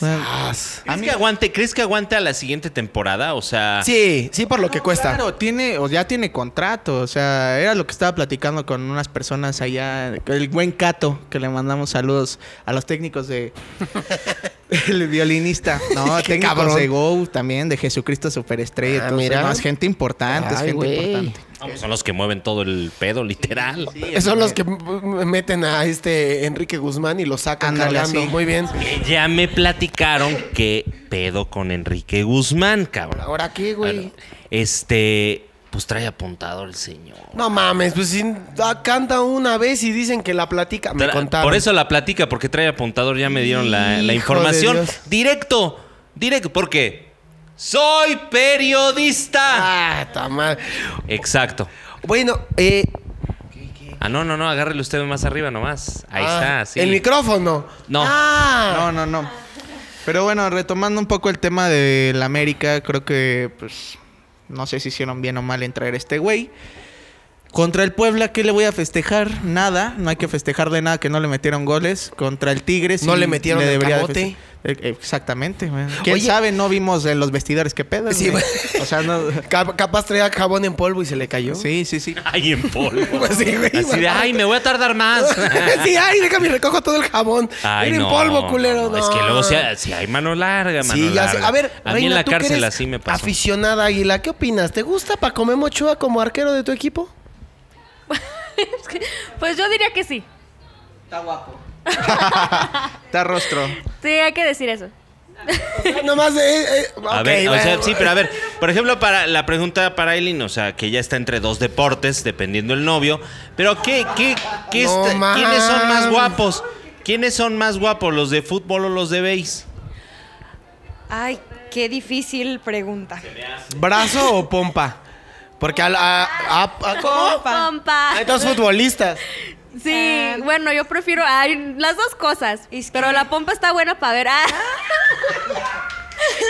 C: O sea,
B: Ah,
A: ¿Crees, que aguante, ¿Crees que aguante a la siguiente temporada? O sea,
B: Sí, sí, por lo que cuesta.
C: Claro, tiene, o ya tiene contrato. O sea, era lo que estaba platicando con unas personas allá. El buen Cato, que le mandamos saludos a los técnicos de. El violinista, ¿no?
B: Qué
C: técnicos
B: cabrón.
C: de Go también, de Jesucristo Superestrella.
B: Ah,
C: entonces,
B: mira.
C: no, es gente importante, es
B: Ay,
C: gente
B: güey.
C: importante.
A: no, pues son los que mueven todo el pedo, literal.
B: Son los que m- m- meten a este Enrique Guzmán y lo sacan
C: Ándale,
B: cargando.
C: así.
B: Muy bien.
A: Ya me platicaron qué pedo con Enrique Guzmán, cabrón.
B: ¿Ahora qué, güey?
A: Este, pues trae apuntado el señor.
B: No mames, pues si ah, canta una vez y dicen que la platica. Me
A: Tra-
B: contaron.
A: Por eso la platica, porque trae apuntador, ya me dieron la,
B: Hijo
A: la
B: de
A: información.
B: Dios.
A: Directo, directo, porque soy periodista.
B: Ah, ta madre.
A: Exacto.
B: Bueno, eh.
A: Ah, no, no, no, agárrele usted más arriba nomás. Ahí
B: ah,
A: está, sí.
B: El micrófono.
A: No.
B: Ah,
C: No, no, no. Pero bueno, retomando un poco el tema del América, creo que pues no sé si hicieron bien o mal en traer a este güey. Contra el Puebla, ¿qué le voy a festejar? Nada, no hay que festejar de nada que no le metieron goles. Contra el Tigres,
B: No le metieron el
C: debería de
B: camote.
C: feste- Eh, Exactamente. güey. ¿Quién
B: Oye.
C: sabe? No vimos en los vestidores qué pedo.
B: Sí,
C: güey.
B: güey.
C: O sea, no...
B: cap- capaz traía jabón en polvo y se le cayó.
C: Sí, sí, sí.
A: Ay, en polvo.
B: Pues sí, güey,
A: Así de,
B: imagínate.
A: ay, me voy a tardar más.
B: sí, ay, déjame recojo todo el jabón.
A: Ay,
B: Era en
A: no,
B: polvo, culero.
A: no, no, Es que luego si, hay mano larga, mano
B: Sí, ya sé.
A: larga.
B: A ver,
A: a mí
B: Reina,
A: en la
B: tú que
A: cárcel
B: eres
A: así me pasó.
B: Aficionada Águila, ¿qué opinas? ¿Te gusta Paco Memo Ochoa como arquero de tu equipo?
D: Pues yo diría que sí.
C: Está guapo. Está rostro.
D: Sí, hay que decir eso.
B: Nomás. eh, eh,
A: A
B: ok,
A: ver, o
B: bueno.
A: sea, sí, pero a ver, por ejemplo, para la pregunta para Eileen, o sea, que ya está entre dos deportes, dependiendo el novio, pero ¿qué, qué, qué
B: No
A: está-
B: mames.
A: ¿quiénes son más guapos? ¿Quiénes son más guapos, los de fútbol o los de béis?
F: Ay, qué difícil pregunta.
B: ¿Brazo o pompa? Porque a, la- a, a- a- ¿cómo?
D: Compa.
B: Hay dos futbolistas.
D: Sí, bueno, yo prefiero ay, las dos cosas.
F: Ah. Es
D: Pero
F: que-
D: la pompa está buena para ver. Ah,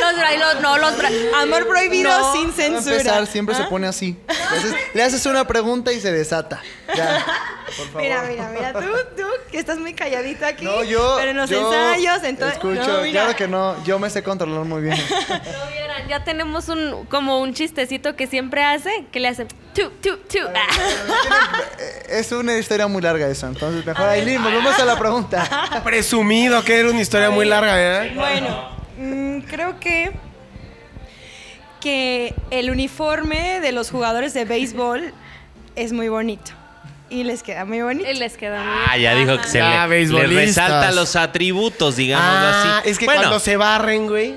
D: Los Brailos, no, los Brailos.
F: Amor prohibido
D: No,
F: sin
E: Va a
F: censura.
E: empezar, siempre
F: ¿Ah?
E: se pone así. Le haces, le haces una pregunta y se desata. Ya, por favor.
F: Mira, mira, mira, tú, tú, que estás muy calladita aquí.
E: No, yo.
F: Pero en los
E: yo
F: ensayos, entonces.
E: Escucho,
F: No, mira.
E: claro que no. Yo me sé controlar muy bien.
D: No vieran, ya tenemos un como un chistecito que siempre hace, que le hace tu, tu, tu.
E: es una historia muy larga eso. Entonces, mejor Aileen, volvemos a la pregunta.
B: Presumido que era una historia muy larga, ¿verdad?
F: Bueno, mm, creo que que el uniforme de los jugadores de béisbol es muy bonito y les queda muy bonito.
D: Y les queda muy
A: Ah, ya dijo que se
B: Ya,
A: le, le
B: beisbolistas.
A: resalta los atributos, digamos
B: Ah,
A: así.
B: es que
A: Bueno,
B: cuando se barren, güey,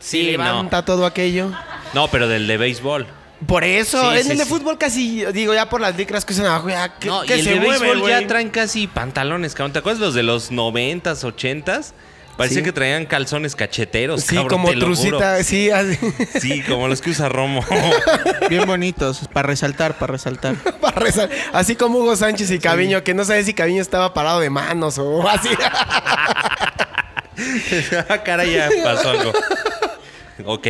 B: se
A: sí, no.
B: levanta todo aquello.
A: No, pero del de béisbol.
B: Por eso,
A: Sí,
B: en
A: sí,
B: el de
A: sí.
B: fútbol casi, digo, ya por las licras que usan abajo, ya que,
A: no,
B: que
A: y el
B: se
A: de
B: mueve,
A: béisbol
B: güey.
A: ya traen casi pantalones, cabrón. ¿Te acuerdas los de los noventas, ochentas? Parecía
B: Sí.
A: que traían calzones cacheteros,
B: Sí,
A: cabrón,
B: como
A: te lo juro.
B: trucita, sí, así,
A: Sí, como los que usa Romo.
C: Bien bonitos, para resaltar, para resaltar.
B: para rezar. Así como Hugo Sánchez y Caviño, que no sabes si Caviño estaba parado de manos o así.
A: Ah, Cara, ya pasó algo. Ok.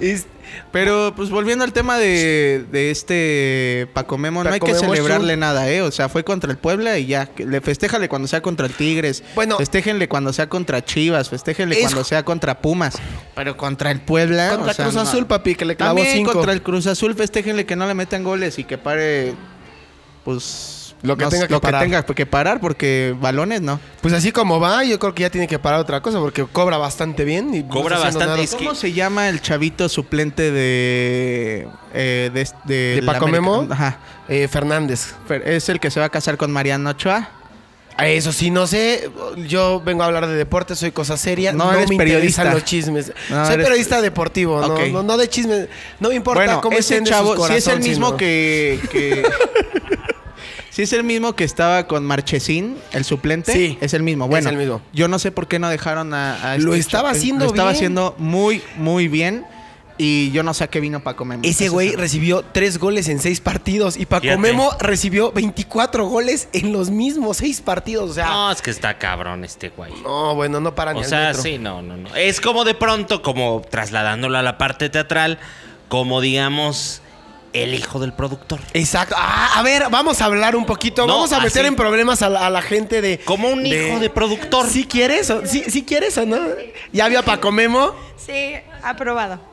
C: Es- pero pues volviendo al tema de, de este Paco Memo, no hay
B: Paco
C: que
B: Memo
C: celebrarle
B: Show.
C: nada, ¿eh? O sea, fue contra el Puebla y ya. que Le festéjale cuando sea contra el Tigres.
B: Bueno.
C: Festéjenle cuando sea contra Chivas. Festéjenle
B: Es-
C: cuando sea contra Pumas. Pero contra el Puebla.
B: Contra
C: o sea,
B: Cruz
C: no.
B: Azul, papi, que le clavó
C: También
B: cinco.
C: contra el Cruz Azul, festéjenle que no le metan goles y que pare. Pues.
B: Lo que
C: no-
B: tenga que
C: lo
B: parar.
C: tenga que parar, porque balones no.
B: Pues así como va, yo creo que ya tiene que parar otra cosa porque cobra bastante bien. Y no
A: Cobra
B: está haciendo
A: bastante,
B: nada.
A: es que-
C: ¿Cómo se llama el chavito suplente de. eh, de, de-
B: ¿De
C: la
B: Paco
C: América?
B: Memo?
C: Ajá.
B: Eh, Fernández.
C: Fer- Es el que se va a casar con Mariano Ochoa.
B: A Eso sí, no sé. Yo vengo a hablar de deportes, soy cosa seria.
C: No
B: No,
C: eres
B: me
C: periodista.
B: interesan los chismes.
C: No
B: soy
C: eres-
B: periodista deportivo, ¿no?
C: Ok.
B: no, no de chismes. No me importa
C: bueno,
B: cómo
C: ese
B: estén de sus
C: chavo, si es el
B: corazones,
C: mismo
B: ¿no?
C: que. que si es el mismo que estaba con Marchesín, el suplente.
B: Sí,
C: Es el mismo. Bueno,
B: el mismo.
C: yo no sé por qué no dejaron a. a
B: Lo
C: este
B: estaba
C: chavo-
B: haciendo
C: Lo estaba
B: bien.
C: haciendo muy, muy bien. Y yo no sé a qué vino Paco Memo.
B: Ese
C: Eso
B: güey
C: es-
B: recibió tres goles en seis partidos y Paco
A: Fíjate.
B: Memo recibió 24 goles en los mismos seis partidos. O sea, no,
A: No, es que está cabrón este güey.
B: bueno, no para ni
A: O
B: al
A: sea,
B: metro.
A: sí, no, no, no. Es como de pronto, como trasladándolo a la parte teatral, como digamos, el hijo del productor.
B: Exacto. Ah, a ver, vamos a hablar un poquito.
A: No,
B: vamos a meter
A: así.
B: en problemas a la, a la gente de.
A: Como un hijo de productor.
B: Si quieres, o, sí, sí quieres o no. Ya había Paco Memo.
F: Sí, aprobado.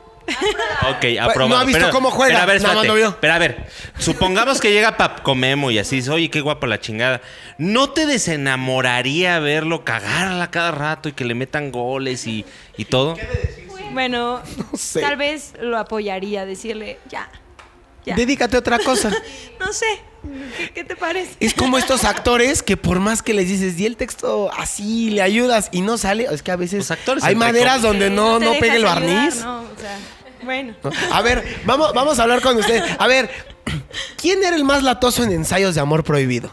A: Ok, aprobado.
B: no ha visto cómo juega,
A: Pero a ver,
B: nada más
A: espérate.
B: lo vio.
A: Pero a ver, supongamos que llega Paco Memo y así dice, oye, qué guapo la chingada. ¿No te desenamoraría verlo cagarla cada rato y que le metan goles y, y todo?
F: Bueno,
B: sé.
F: tal vez lo apoyaría, decirle, ya, ya.
B: Dedícate a otra cosa.
F: No sé, ¿qué, qué te parece?
B: es como estos actores que por más que les dices, di el texto así, le ayudas y no sale. Es que a veces
A: Los Pues actores
B: hay
A: entre
B: maderas
A: comillas.
B: donde
F: Sí,
B: no,
F: te
B: no
F: dejas
B: pegue el
F: ayudar,
B: barniz.
F: no, o sea, bueno.
B: ¿no? A ver, vamos, vamos a hablar con ustedes. A ver, ¿quién era el más latoso en ensayos de amor prohibido?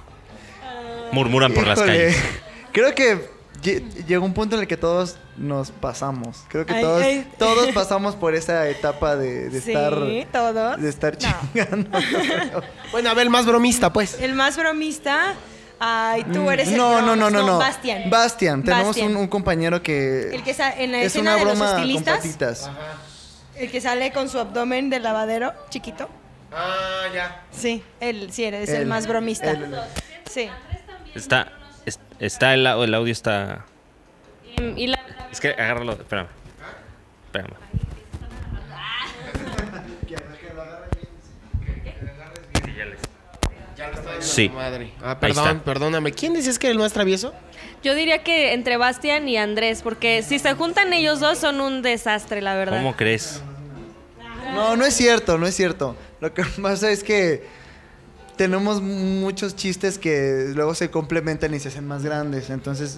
A: Murmuran por las
E: Híjole,
A: calles.
E: Creo que lle- llegó un punto en el que todos nos pasamos. Creo que
F: Ay,
E: todos,
F: ay.
E: todos pasamos por esa etapa de, de
F: Sí,
E: estar.
F: todos.
E: De estar chingando.
B: Bueno, a ver, el más bromista, pues.
F: El más bromista. Ay, tú eres el
E: Mm. no, no, no, no, no.
F: Bastian.
E: Bastian. Tenemos
F: Bastian.
E: Un, un compañero que.
F: El que sa- en la
E: es
F: escena
E: una
F: de los
E: broma con
F: estilistas.
E: patitas.
F: El que sale con su abdomen de lavadero, chiquito.
B: Ah, ya.
F: Sí, él sí eres el,
E: El-
F: más bromista.
E: el-
F: sí.
A: Está, es- está el, au- el audio está...
D: Em, Y la
A: Es que agárralo, espérame. Espérame. Sí.
B: Madre. Ah,
A: Ahí
B: perdón,
A: está.
B: perdóname. ¿Quién decías que era el más travieso?
D: Yo diría que entre Bastian y Andrés, porque si se juntan ellos dos son un desastre, la verdad.
A: ¿Cómo crees?
E: No, no es cierto, no es cierto. Lo que pasa es que tenemos muchos chistes que luego se complementan y se hacen más grandes. Entonces.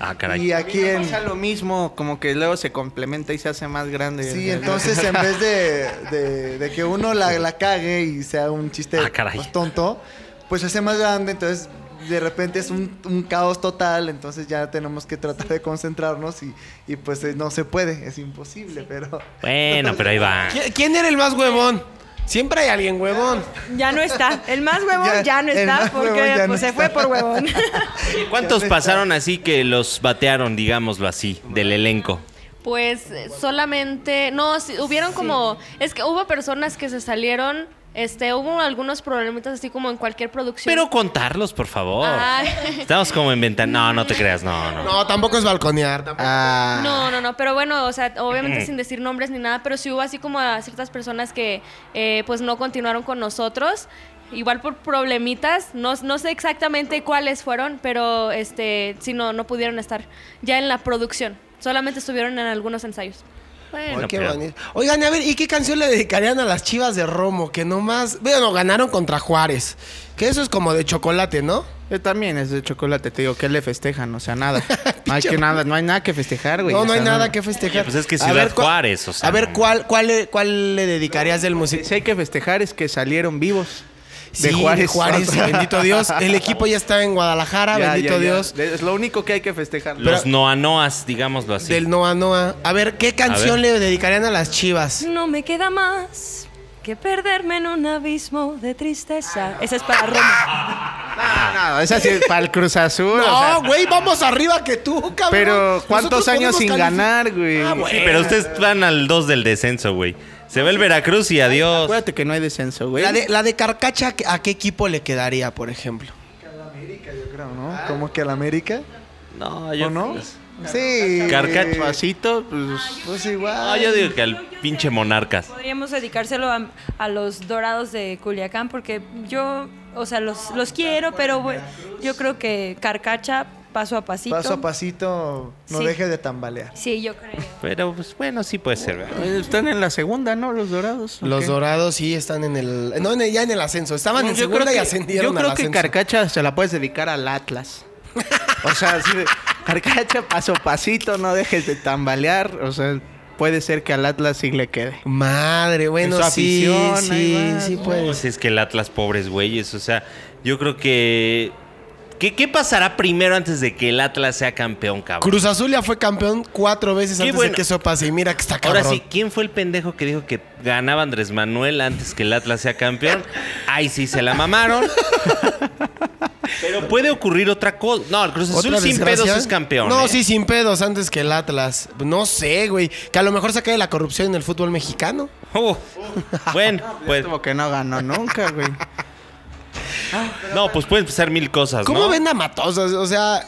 A: Ah, caray.
E: Y aquí en.
C: Pasa lo mismo, como que luego se complementa y se hace más grande.
E: Sí, entonces en vez de, de- de que uno la, la cague y sea un chiste
A: Ah, caray.
E: pues, tonto, pues se hace más grande, entonces de repente es un, un caos total, entonces ya tenemos que tratar de concentrarnos y, y, pues eh, no se puede, es imposible, pero...
A: Bueno, pero ahí va.
B: ¿Qui- ¿Quién era el más huevón? Siempre hay alguien huevón.
F: Ya no está. El más huevón
E: Ya,
F: ya, no
E: el
F: está
E: más
F: porque
E: huevón ya no
F: pues, se
E: está.
F: fue por huevón.
A: ¿Cuántos pasaron así que los batearon, digámoslo así, del elenco?
D: Pues eh, solamente, no, sí, hubieron como, es que hubo personas que se salieron, este, hubo algunos problemitas así como en cualquier producción.
A: Pero contarlos, por favor.
D: Ay.
A: Estamos como en ventana. No, no te creas, no, no.
B: No, tampoco es balconear. tampoco.
E: Ah.
D: No, no, no, pero bueno, o sea, obviamente sin decir nombres ni nada, pero sí hubo así como a ciertas personas que eh, pues no continuaron con nosotros, igual por problemitas, no, no sé exactamente cuáles fueron, pero este, sí, no, no pudieron estar ya en la producción, solamente estuvieron en algunos ensayos.
B: Ay,
D: Bueno,
A: Ah, No,
B: qué
A: pero-
B: bonito. Oigan, a ver, ¿y qué canción le dedicarían a las chivas de Romo? Que nomás, bueno, ganaron contra Juárez. Que eso es como de chocolate, ¿no?
C: Yo Eh, también es de chocolate, te digo, ¿qué le festejan? O sea, nada. No hay, que nada, no hay nada que festejar, güey.
B: no,
C: o
B: no hay
C: sea,
B: nada que festejar.
A: Oye, pues es que
B: A
A: Ciudad
B: ver, ¿cuál-
A: Juárez, o sea,
B: A ver,
A: no-
B: ¿cuál, cuál, le, cuál le dedicarías del
C: Si
B: musical?
C: si hay que festejar es que salieron vivos.
B: Sí, de Juárez, bendito Dios. El equipo ya está en Guadalajara,
C: Ya,
B: bendito
C: ya, ya.
B: Dios.
C: Es lo único que hay que festejar.
A: Los noanoas, digámoslo así.
B: Del Noa Noa. A ver, ¿qué canción le dedicarían a las chivas?
F: No me queda más que perderme en un abismo de tristeza. Esa es para Roma.
C: No, no, es así, para el Cruz Azul. o sea,
B: No, güey, vamos arriba que tú, cabrón.
C: pero ¿cuántos
B: Nosotros
C: años
B: podemos
C: sin
B: calific-
C: ganar, güey?
B: Ah,
A: Sí,
B: bueno.
A: pero ustedes van al 2 del descenso, güey. Se ve el Veracruz y adiós.
C: Acuérdate que no hay descenso, güey.
B: La de, la de Carcacha, ¿a qué equipo le qudaría, por ejemplo?
E: Creo, ¿no? ¿Cómo Ah. que al América?
A: No, yo pues,
E: ¿O no?
B: Pues,
E: Sí.
A: Carcacha.
C: Pasito, pues.
E: Pues igual.
A: No, yo digo que al pinche Monarcas.
F: Podríamos dedicárselo a, a los dorados de Culiacán porque yo, o sea, los, los quiero, pero bueno, yo creo que Carcacha paso a pasito.
E: Paso a pasito, no
F: Sí.
E: deje de tambalear.
F: Sí, yo creo.
A: Pero pues bueno, sí puede ser. ¿verdad?
C: Están en la segunda, ¿no? Los dorados. ¿o
B: Los
C: qué?
B: dorados sí están en el. No, en el- ya en el ascenso. Estaban
C: No,
B: en segunda y
C: que-
B: ascendieron.
C: yo creo
B: al
C: que
B: ascenso.
C: Carcacha se la puedes dedicar al Atlas. O sea, así de, Carcacha paso a pasito, no dejes de tambalear. O sea, puede ser que al Atlas sí le quede.
B: Madre, bueno,
C: En su
B: sí,
C: afición, ahí
B: sí,
C: va.
B: sí puede.
A: Pues es que el Atlas, pobres güeyes. O sea, yo creo que. ¿Qué, qué pasará primero antes de que el Atlas sea campeón, cabrón?
B: Cruz Azul ya fue campeón cuatro veces
A: Qué
B: antes
A: bueno.
B: de que eso pase. Y mira que está cabrón.
A: Ahora sí, ¿quién fue el pendejo que dijo que ganaba Andrés Manuel antes que el Atlas sea campeón? Ay, sí, se la mamaron. Pero puede ocurrir otra cosa. No, el Cruz Azul
B: ¿Otra
A: sin
B: desgracia?
A: pedos es campeón.
B: No,
A: ¿eh?
B: sí, sin pedos antes que el Atlas. No sé, güey. Que a lo mejor se cae la corrupción en el fútbol mexicano.
A: Uh, bueno, pues.
C: Como que no ganó nunca, güey.
A: No, pues pueden pasar mil cosas,
B: ¿Cómo
A: ¿no?
B: ven a Matosas? O sea,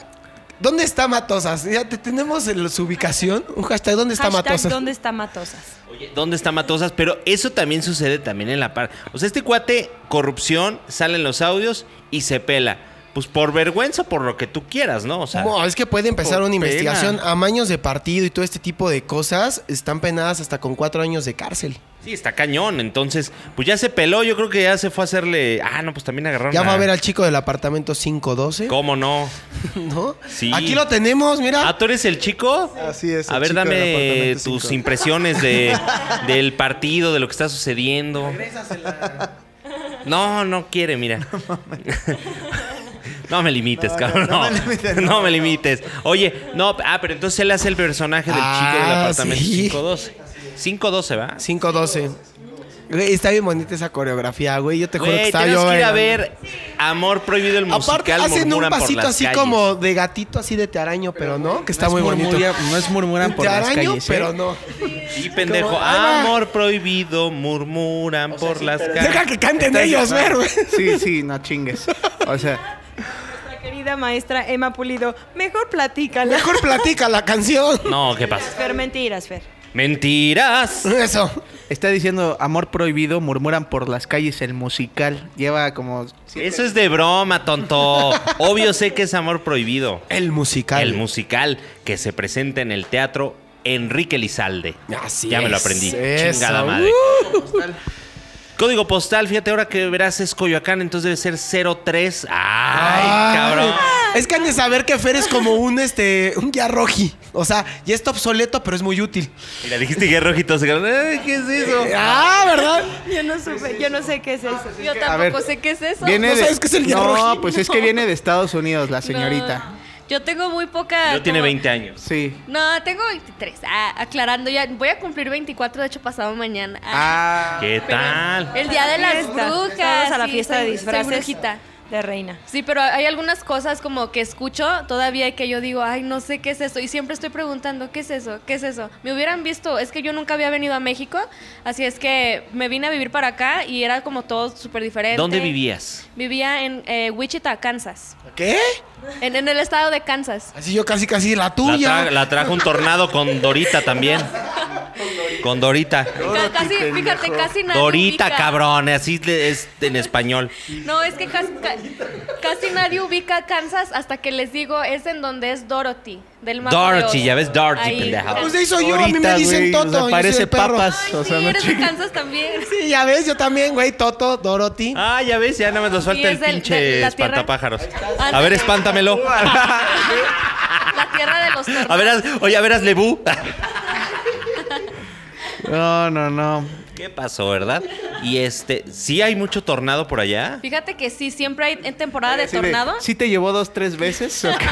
B: ¿dónde está Matosas? Ya te tenemos el- su ubicación. Un hashtag, ¿dónde está
F: Hashtag,
B: Matosas?
F: ¿Dónde está Matosas?
A: Oye, ¿Dónde está Matosas? Pero eso también sucede también en la par. O sea, este cuate, corrupción, salen los audios y se pela. Pues por vergüenza, por lo que tú quieras, ¿no? O sea,
B: Bueno, es que puede empezar
C: Por
B: una
C: pena.
B: investigación. Amaños de partido y todo este tipo de cosas están penadas hasta con cuatro años de cárcel.
A: sí, está cañón. Entonces, pues ya se peló. Yo creo que ya se fue a hacerle. Ah, no, pues también agarraron.
B: Ya va a ver al chico del apartamento 512,
A: ¿Cómo no?
B: ¿no?
A: Sí.
B: Aquí lo tenemos, mira.
A: Ah, ¿tú eres el chico?
E: Así es,
A: A
E: el
A: ver,
E: chico del
A: dame
E: apartamento
A: tus
E: cinco.
A: impresiones de, del partido, de lo que está sucediendo. No, no quiere, mira. No me limites, cabrón. No,
E: no me limites,
A: No
E: no,
A: me limites. Oye, no, ah, pero entonces él hace el personaje del chico del
B: Ah,
A: apartamento
B: sí.
A: 512. 512, ¿va?
B: 512. Güey, está bien bonita esa coreografía, güey. Yo te juro que
A: Güey,
B: estaba
A: tenemos
B: yo
A: que ir a
B: bailando.
A: ver Amor Prohibido el musical.
B: Aparte, hacen un
A: murmuran por
B: pasito
A: las
B: así
A: calles.
B: como de gatito, así de tearaño, pero no, que está muy bonito.
C: No es murmuran por las
B: Tearaño,
C: calles. ¿eh?
B: pero no.
A: Sí, pendejo.
B: Como, ahí va.
A: Amor Prohibido murmuran por las calles.
B: Deja que canten ellos, ver, güey.
C: Sí, sí, no chingues. O sea,
F: Nuestra querida maestra Emma Pulido, mejor platícala.
B: Mejor platica la canción.
A: No, ¿qué pasa?
F: Fer, mentiras, Fer.
A: Mentiras.
B: Eso.
C: está diciendo amor prohibido, murmuran por las calles el musical. Lleva como.
A: Eso es de broma, tonto. Obvio sé que es amor prohibido.
B: El musical.
A: El musical que se presenta en el teatro Enrique Lizalde.
B: Así
A: ya me lo
B: es.
A: aprendí.
B: Eso. Uh.
A: Chingada madre. Código postal, fíjate ahora que verás es Coyoacán, entonces debe ser 03. Ay, cabrón.
B: Es que han de saber que Fer es como un este un guía roji. O sea, ya está obsoleto, pero es muy útil.
A: Mira, dijiste que rojito se quedaron, "Ay, ¿Qué es eso?
B: Ah, ¿verdad?
F: Yo no supe, yo no sé qué
D: Ah,
F: es eso.
D: Yo
C: a ver,
D: tampoco sé qué es eso.
C: Viene
B: ¿No
C: de-
B: sabes qué es el
C: No,
B: Yarroji?
C: pues es que viene de Estados Unidos, la señorita.
D: No, yo tengo muy poca.
A: Yo tiene
D: como-
A: 20 años.
C: Sí.
D: No, tengo 23. Ah, aclarando ya. Voy a cumplir 24, de hecho, pasado mañana. Ah,
C: Ah.
A: ¿Qué
D: pero
A: tal?
D: El día de las
F: Fiesta.
D: brujas.
F: Todos a la
D: sí,
F: fiesta de
D: soy-
F: disfraces.
D: Soy brujita.
F: de reina.
D: Sí, pero hay algunas cosas como que escucho todavía que yo digo, ay, no sé qué es eso. Y siempre estoy preguntando, ¿qué es eso? ¿Qué es eso? Me hubieran visto, es que yo nunca había venido a México, así es que me vine a vivir para acá y era como todo súper diferente.
A: ¿Dónde vivías?
D: Vivía en eh, Wichita, Kansas.
B: ¿Qué?
D: En, en el estado de Kansas.
B: Así yo casi, casi la
A: La,
B: tuya.
A: tra- la trajo un tornado con Dorita también. Con Dorita.
D: Ca- casi, fíjate, casi nadie.
A: Dorita,
D: ubica-
A: cabrón, así le- es en español.
D: No, es que casi, ca- casi nadie ubica Kansas hasta que les digo, es en donde es Dorothy, del mapa de
A: Dorothy,
D: Oz.
A: ya ves, Dorothy,
D: Ahí.
A: pendeja.
B: pues eso yo, a mí me
G: Ahorita,
B: dicen
G: güey, o
B: Toto.
G: sea,
B: yo soy
G: parece
B: el perro.
G: papas.
D: Ay,
G: O sea,
D: sí,
G: no
D: eres de
G: chingues.
D: Kansas también.
B: Sí, ya ves, yo también, güey, Toto, Dorothy.
A: Ah, ya ves, ya nada más nos
D: Sí,
A: falta el
D: es del-
A: pinche
D: de- de la tierra.
A: espantapájaros.
D: Ándale.
A: A ver, espántamelo.
D: La tierra de los tornados.
A: A ver, haz- oye, a ver, hazle bu.
C: No, no, no.
A: ¿Qué pasó, verdad? Y este, ¿sí hay mucho tornado por allá?
D: Fíjate que sí, siempre hay en temporada de
C: Así de,
D: tornado.
C: ¿Sí te llevó dos, tres veces? ¿O qué?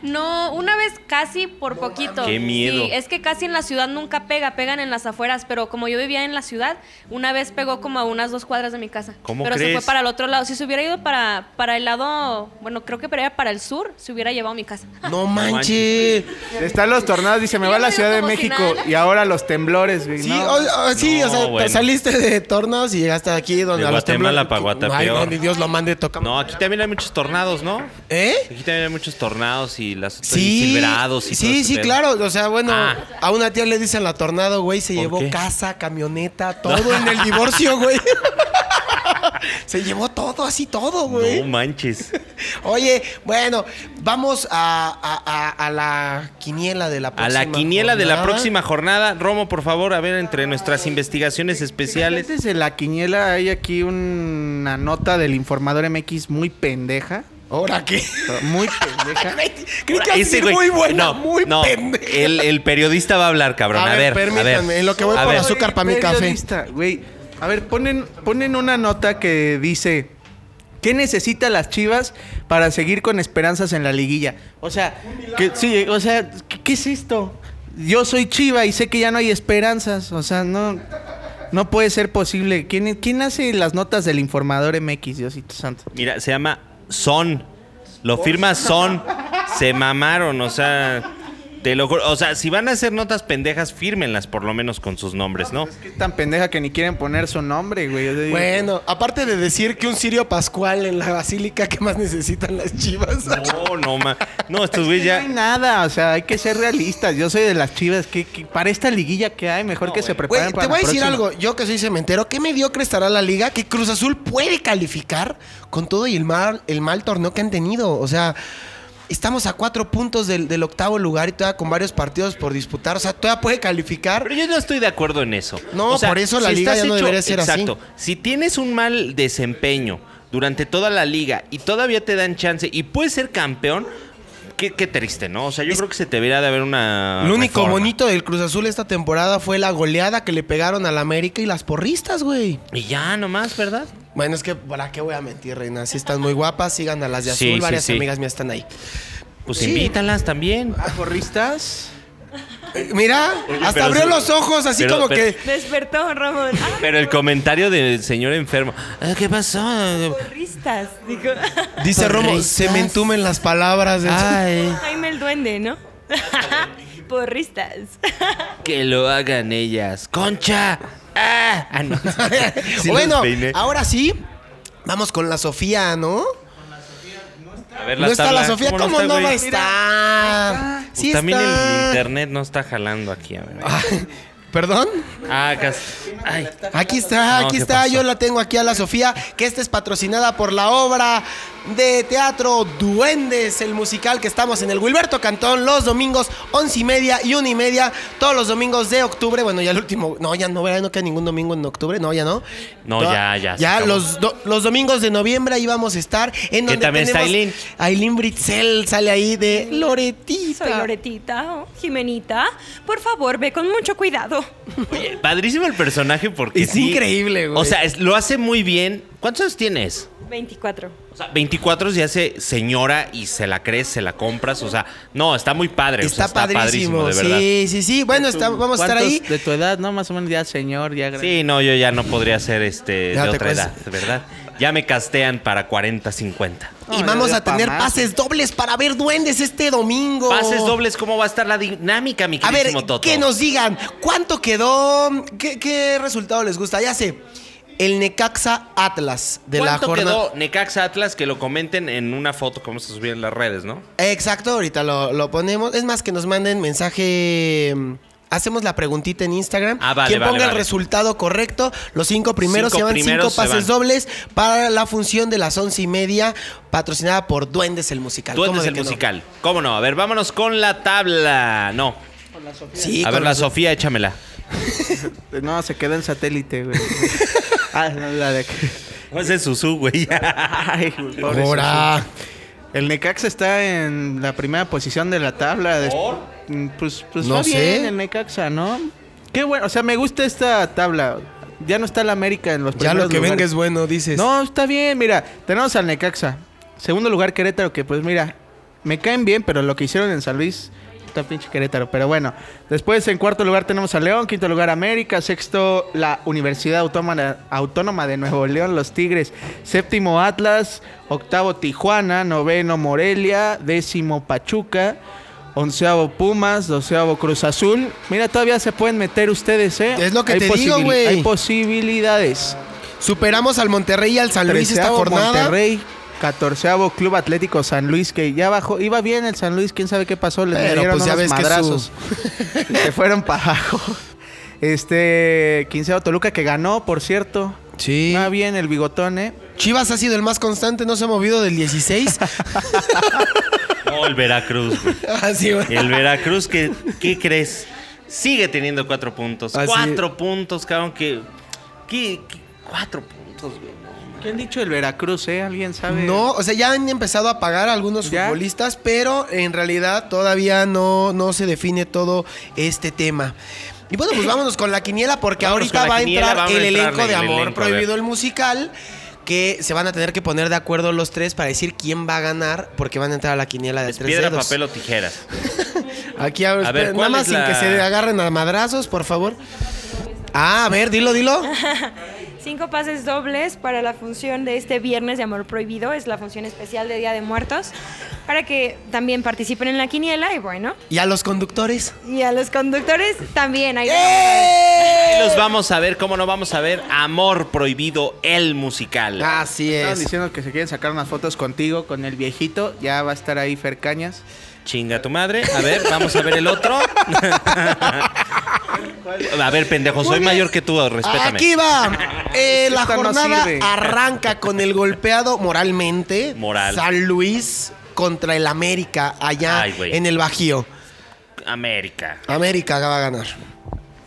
D: No, una vez casi por poquito.
A: Qué miedo.
D: Sí, es que casi en la ciudad nunca pega, pegan en las afueras, pero como yo vivía en la ciudad, una vez pegó como a unas dos cuadras de mi casa.
A: ¿Cómo
D: pero se
A: crees?
D: fue para el otro lado. Si se hubiera ido para, para el lado, bueno, creo que era para el sur, se hubiera llevado mi casa.
B: No manches.
G: Están los tornados, dice, me va a la Ciudad de
D: Como si
G: México.
D: nada.
G: Y ahora los temblores, güey.
B: Sí,
G: no.
B: o, o- sí,
A: No,
B: o sea,
A: bueno.
B: saliste de tornados y llegaste aquí donde
A: De
B: a los
A: Guatemala
B: temblores-
A: pa'
B: Ay,
A: Guatapeor.
B: no, ni Dios lo mande tocando.
A: No, aquí también hay muchos tornados, ¿no?
B: ¿Eh?
A: Aquí también hay muchos tornados y las
B: Sí.
A: y silverados y todo
B: Sí,
A: ese
B: sí,
A: pedo.
B: claro. O sea, bueno,
A: Ah.
B: a una tía le dicen la tornado, güey, se
A: ¿Por
B: llevó
A: qué?
B: casa, camioneta, todo en el divorcio, güey. se llevó todo, así todo, güey.
A: No manches.
B: Oye, bueno, vamos a, a- a- a la quiniela de la
A: A
B: próxima.
A: la quiniela de la
B: jornada.
A: próxima jornada. Romo, por favor, a ver, entre nuestras investigaciones especiales.
C: Antes de la quiniela hay aquí una nota del informador MX muy pendeja.
B: ¿Ahora qué?
C: Muy pendeja.
B: Creí que iba a
A: Ese
B: decir
A: güey-
B: muy buena,
A: no,
B: muy
A: no,
B: pendeja.
A: el, el periodista va a hablar, cabrón. A, ver, a ver.
B: permítanme, en lo que voy
A: a
B: por
A: ver.
B: azúcar. para mi café.
C: Periodista, güey. A ver, ponen, ponen una nota que dice... ¿Qué necesita las Chivas para seguir con esperanzas en la liguilla? O sea, que, sí, o sea, ¿qué, qué es esto? Yo soy Chiva y sé que ya no hay esperanzas. O sea, no, no puede ser posible. ¿Quién, quién hace las notas del informador MX, Diosito Santo?
A: Mira, se llama Son. Lo firma Son. Se mamaron, o sea. Te lo juro. O sea, si van a hacer notas pendejas, fírmenlas por lo menos con sus nombres, ¿no?
C: Es que es tan pendeja que ni quieren poner su nombre, güey. Yo digo-
B: Bueno, aparte de decir que un Sirio Pascual en la basílica, ¿qué más necesitan las chivas?
A: No, no, ma. No, estos güeyes
C: Pues
A: Pues ya.
C: No hay nada, o sea, hay que ser realistas. Yo soy de las chivas. Que, que para esta liguilla que hay, mejor que se preparen
B: Güey,
C: para
B: te voy a
C: la
B: decir
C: próxima.
B: algo. Yo que soy cementero, ¿qué mediocre estará la liga que Cruz Azul puede calificar con todo y el mal, el mal torneo que han tenido? O sea, estamos a cuatro puntos del, del octavo lugar y todavía con varios partidos por disputar. O sea, todavía puede calificar.
A: Pero yo no estoy de acuerdo en eso.
B: No, por eso la liga
A: estás
B: ya no debería ser así.
A: Exacto. Si tienes un mal desempeño durante toda la liga y todavía te dan chance y puedes ser campeón, qué, qué triste, ¿no? O sea, yo creo que se te debería de haber una.
B: Lo único
A: Ah, reforma.
B: bonito del Cruz Azul esta temporada fue la goleada que le pegaron al América y las porristas, güey.
A: Y ya nomás, ¿verdad?
B: Bueno, es que para qué voy a mentir, reina. Si están muy guapas, sigan a las de
A: Sí,
B: azul.
A: sí,
B: Varias
A: sí.
B: amigas mías están ahí.
A: Pues
B: Sí.
A: invítalas también.
C: Ah, ¿Porristas?
B: Eh, Mira,
A: Oye,
B: hasta
A: pero
B: abrió
A: sí.
B: los ojos, así
A: Pero-
B: como
A: pero-
B: que.
F: Despertó Ramón. Ah,
A: Pero el comentario del señor enfermo. "Ah, ¿Qué pasó?
F: porristas, digo.
B: Dice Romo,
A: Porristas.
B: se me entumen las palabras. del-
A: Ay,
F: Jaime el duende, ¿no? porristas.
A: que lo hagan ellas. ¡Concha! ¡Ah! Ah, no. Sí los
B: bueno,
A: peiné.
B: ahora sí, vamos con la Sofía, ¿no?
A: A ver,
B: No está
A: tabla.
B: la Sofía, ¿cómo, no,
A: güey?
B: va a estar?
A: Pues
B: Sí
A: también el
B: está.
A: internet no está jalando aquí, a ver.
B: ¿Perdón?
A: Ah, casi. Ay.
B: Aquí está,
A: No,
B: aquí
A: ¿qué
B: está.
A: pasó?
B: Yo la tengo aquí a la Sofía, que esta es patrocinada por la obra de teatro Duendes, el musical que estamos en el Wilberto Cantón los domingos once y media y una y media, todos los domingos de octubre. Bueno, ya el último, no, ya no, ya no queda ningún domingo en octubre, no, ya no.
A: No,
B: To-
A: ya, ya, se
B: Ya
A: acabó.
B: los, do- los domingos de noviembre ahí vamos a estar. En donde
A: también está
B: tenemos-
A: Aileen.
B: Aileen Britzel sale ahí de Loretita.
F: Soy Loretita o Jimenita. Por favor, ve con mucho cuidado.
A: Oye, padrísimo el personaje porque
B: Es
A: sí.
B: increíble, güey.
A: O sea, es- lo hace muy bien. ¿Cuántos años tienes?
F: 24.
A: O sea, 24 se hace señora y se la crees, se la compras. O sea, no, está muy padre. o sea,
B: Está, padrísimo,
A: de verdad.
B: sí, sí, sí. Bueno, está- vamos a estar ahí.
C: De tu edad, ¿no? Más o menos ya, señor, ya. grande.
A: Sí, no, yo ya no podría ser este
B: Ya
A: de
B: te
A: otra
B: cuesta.
A: edad, ¿verdad? ya me castean para 40, 50.
B: y
C: No,
B: vamos
C: ya
B: a tener
C: pa' más.
B: pases dobles para ver duendes este domingo.
A: Pases dobles, ¿cómo va a estar la dinámica, mi
B: A ver,
A: queridísimo Toto?
B: que nos digan cuánto quedó, qué, qué resultado les gusta. Ya sé, el Necaxa Atlas de la
A: ¿Cuánto
B: jornada.
A: quedó Necaxa Atlas? Que lo comenten en una foto que vamos a subir en las redes, ¿no?
B: Exacto, ahorita lo, lo ponemos. Es más, que nos manden mensaje. mm, Hacemos la preguntita en Instagram.
A: Ah, vale,
B: Quien
A: vale,
B: ponga el
A: vale.
B: resultado correcto, los cinco primeros
A: Cinco
B: se van
A: primeros
B: cinco
A: se
B: pases
A: van.
B: dobles para la función de las once y media, patrocinada por Duendes el Musical. ¿Cómo
A: Duendes
B: de
A: el
B: que no?
A: musical. ¿Cómo no? A ver, vámonos con la tabla. No.
B: Sí,
A: a
B: con
A: ver, la
B: los-
A: Sofía, échamela.
C: No, se queda en satélite, güey. ah, no, la de...
A: No es Susu, güey.
C: Ay, güey, pobre
B: Ahora.
C: Suzuki. El Necaxa está en la primera posición de la tabla. Des- Mm, Pues, pues
B: No
C: va bien
B: sé.
C: el Necaxa, ¿no? Qué bueno, o sea, me gusta esta tabla. Ya no está el América en los
B: Ya
C: primeros
B: lo que
C: lugares.
B: venga es bueno, dices.
C: No, está bien, mira, tenemos al Necaxa. Segundo lugar Querétaro, que pues mira, me caen bien, pero lo que hicieron en San Luis, está pinche Querétaro. Pero bueno, después en cuarto lugar tenemos a León, quinto lugar América, sexto la Universidad Autónoma, Autónoma de Nuevo León, los Tigres, séptimo Atlas, octavo Tijuana, noveno Morelia, décimo Pachuca. Onceavo Pumas, doceavo Cruz Azul. Mira, todavía se pueden meter ustedes, ¿eh?
B: Es lo que
C: Hay
B: te digo,
C: posibil-
B: güey.
C: Hay posibilidades.
B: Superamos al Monterrey y al San Luis esta
C: 13avo
B: jornada.
C: Monterrey, 14 Club Atlético San Luis, que ya bajó, iba bien el San Luis, quién sabe qué pasó, le
B: Pero,
C: dieron
B: pues, ya
C: unos
B: ves que
C: madrazos. Se fueron para abajo. Este, 15 Toluca que ganó, por cierto.
B: Sí.
C: Va bien el bigotón, ¿eh?
B: Chivas ha sido el más constante, no se ha movido del 16.
A: No, el Veracruz, güey.
B: Así, güey.
A: El Veracruz, que, ¿qué crees? Sigue teniendo cuatro puntos.
B: Así-
A: Cuatro puntos, cabrón, que... que- que- cuatro puntos, güey.
C: ¿Qué han dicho el Veracruz, eh? ¿Alguien sabe?
B: No, o sea, ya han empezado a pagar a algunos
C: ¿Ya?
B: futbolistas, pero en realidad todavía no, no se define todo este tema. Y bueno, pues vámonos con la quiniela, porque
A: Vámonos
B: ahorita
A: con la
B: va a
A: quiniela,
B: entrar
A: vamos a
B: el
A: entrarle
B: elenco
A: el
B: de Amor
A: elenco, a ver.
B: Prohibido el musical, que se van a tener que poner de acuerdo los tres para decir quién va a ganar, porque van a entrar a la quiniela de
A: Es
B: tres
A: piedra,
B: dedos.
A: papel o tijeras.
B: Aquí, a ver,
A: A ver,
B: espera, nada
A: ¿cuál
B: más
A: es
B: sin
A: la-
B: que se agarren a madrazos, por favor. Ah, a ver, dilo, dilo.
F: Cinco pases dobles para la función de este viernes de Amor Prohibido, es la función especial de Día de Muertos, para que también participen en la quiniela y bueno,
B: Y a los conductores.
F: y a los conductores también. Ahí
A: Ahí los vamos a ver, ¿cómo no vamos a ver? Amor prohibido, el
B: Ah,
A: musical.
B: Así
C: Estaban
B: es.
C: diciendo que se quieren sacar unas fotos contigo, con el viejito. Ya va a estar ahí Fer Cañas.
A: Chinga tu madre. A ver, vamos a ver el otro. a ver, pendejo, soy mayor que tú, respétame.
B: Aquí va. Eh, la
C: Esta no
B: jornada
C: sirve.
B: arranca con el golpeado moralmente.
A: Moral.
B: San Luis contra el América allá
A: Ay, güey.
B: en el Bajío.
A: América.
B: América va a ganar.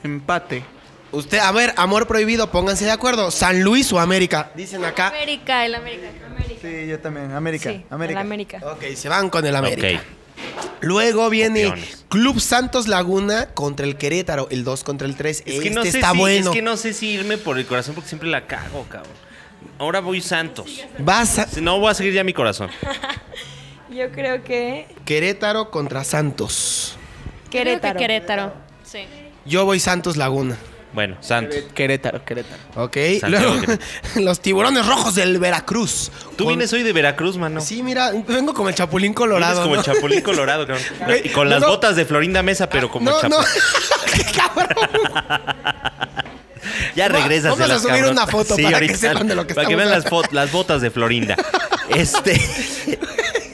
C: Empate.
B: Usted, a ver, amor prohibido, pónganse de acuerdo. San Luis o América. Dicen acá.
D: América, el América.
E: Sí, yo también. América.
F: Sí,
E: América.
F: el América.
B: Ok, se van con el América.
A: Ok.
B: Luego viene
A: Campeones.
B: Club Santos Laguna contra el Querétaro, el 2 contra el 3.
A: Es
B: este
A: que, no sé
B: está
A: si,
B: bueno.
A: es que no sé si irme por el corazón porque siempre la cago, cabrón. Ahora voy Santos.
B: Vas a-
A: Si no, voy a seguir ya mi corazón.
F: Yo creo que
B: Querétaro contra Santos.
F: Querétaro.
D: Querétaro. Sí.
B: Yo voy Santos Laguna.
A: Bueno, Santos.
C: Querétaro, Querétaro.
B: Ok.
A: Santiago
B: Luego, los tiburones rojos del Veracruz.
A: Tú
B: Con-
A: vienes hoy de Veracruz, mano.
B: Sí, mira, vengo como el chapulín
A: Vienes
B: colorado.
A: como
B: ¿no?
A: el chapulín colorado, cabrón.
B: Güey,
A: Y con
B: no,
A: las
B: no.
A: botas de Florinda Mesa, pero como
B: no,
A: chapulín.
B: no. ¡Qué cabrón!
A: Ya
B: Va-
A: regresas
B: vamos
A: de
B: a
A: las
B: subir
A: cabrotas.
B: una foto para que sepan de lo que
A: Para que vean
B: estamos
A: las,
B: hablando.
A: fo- las botas de Florinda. Este.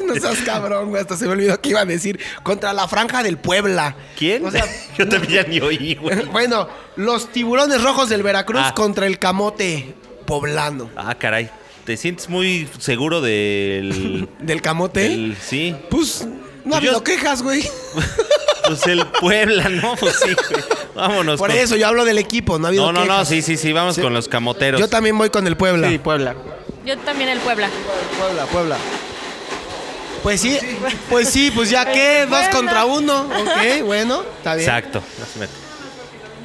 B: No seas cabrón, güey. Hasta se me olvidó que iba a decir. Contra la franja del Puebla.
A: ¿Quién?
B: O sea,
A: Yo también ya ni oí, güey.
B: bueno, los tiburones rojos del Veracruz
A: Ah.
B: contra el camote poblano.
A: Ah, caray. ¿Te sientes muy seguro del.
B: ¿Del camote?
A: del- sí.
B: Pues no ha
A: Yo-
B: habido quejas, güey.
A: Pues el Puebla, ¿no? Pues sí, güey. Vámonos.
B: Por
A: con-
B: eso yo hablo del equipo, no ha habido
A: No, no, no,
B: quejas.
A: sí, sí, sí, vamos con los camoteros.
B: Yo también voy con el Puebla.
C: Sí, Puebla.
D: Yo también el Puebla.
E: Puebla, Puebla.
B: Pues sí, pues sí, pues ya que dos contra uno. Ok, bueno, está bien.
A: Exacto.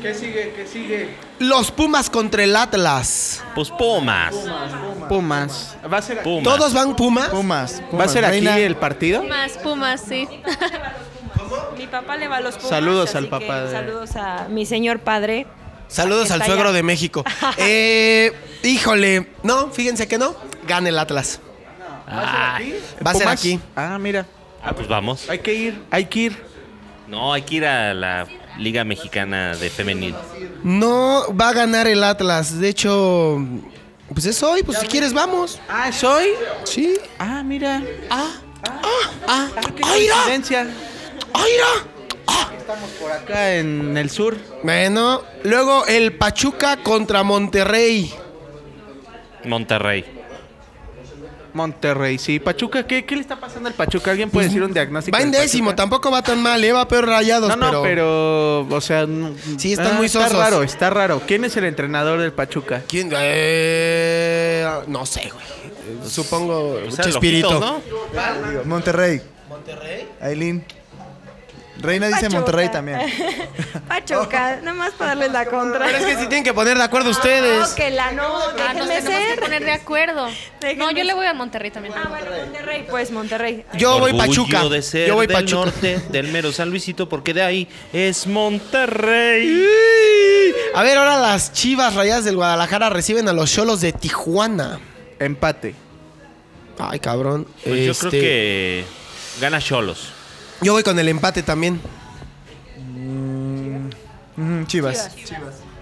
C: ¿Qué sigue? ¿Qué sigue?
B: Los Pumas contra el Atlas.
A: Pues Pumas.
C: Pumas. Va a ser aquí.
A: Pumas.
B: ¿Todos van Pumas?
E: Pumas.
C: ¿Va a
E: Pumas,
C: ser aquí
E: Reina.
C: el partido?
D: Pumas, Pumas, sí.
F: Mi papá le va a los Pumas.
C: Saludos
F: así
C: al
F: que
C: papá de-
F: Saludos a mi señor padre.
B: Saludos
F: Está
B: al
F: ya.
B: suegro de México. Eh, híjole, no, fíjense que no. Gana el Atlas. Va a ser
C: Pumas.
B: aquí.
C: Ah, mira.
A: Ah, pues vamos.
C: Hay que ir, hay que ir.
A: No, hay que ir a la Liga Mexicana de Femenil.
B: No va a ganar el Atlas. De hecho, pues es hoy. Pues si quieres, vamos.
C: Ah, soy.
B: Sí.
C: Ah, mira.
B: Ah, ah, ah.
C: Ah, qué
B: ¡Ay, mira!
C: coincidencia.
B: ¡Ay, mira!
A: ¡Ah!
C: Por acá en el sur.
B: Bueno, luego el Pachuca contra Monterrey.
A: Monterrey.
C: Monterrey, sí. Pachuca, ¿qué, qué le está pasando al Pachuca? ¿Alguien puede decir un diagnóstico?
B: Va en
C: del
B: décimo,
C: Pachuca?
B: tampoco va tan mal, eh, va peor rayados.
C: No,
B: pero,
C: no, pero, o sea, no-
B: Sí, están muy
C: Está
B: sosos.
C: raro, está raro. ¿Quién es el entrenador del Pachuca?
B: ¿Quién? Eh, no sé, güey. Eh, Supongo.
A: O sea,
B: Chespirito.
A: lojitos, ¿no?
E: Monterrey. ¿Monterrey? Aileen. Reina dice
F: Pachuca.
E: Monterrey también.
F: Pachuca, nada más para darles la contra.
B: Pero es que sí tienen que poner de acuerdo ustedes.
F: No, que la no,
D: Ah, nos
F: déjenme
D: tenemos que
F: ser.
D: poner de acuerdo. No,
F: Déjenme
D: yo le
F: ser.
D: voy a Monterrey también.
F: Ah, bueno, Monterrey, pues Monterrey.
B: Yo voy
A: Orgullo
B: Pachuca.
A: de ser
B: Yo voy
A: del
B: Pachuca.
A: norte, del mero San Luisito, porque de ahí es Monterrey.
B: A ver, ahora las chivas rayadas del Guadalajara reciben a los cholos de Tijuana.
C: Empate.
B: Ay, cabrón.
A: Pues yo creo
B: Este,
A: que gana Cholos.
B: Yo voy con el empate también.
E: Ujú, Chivas.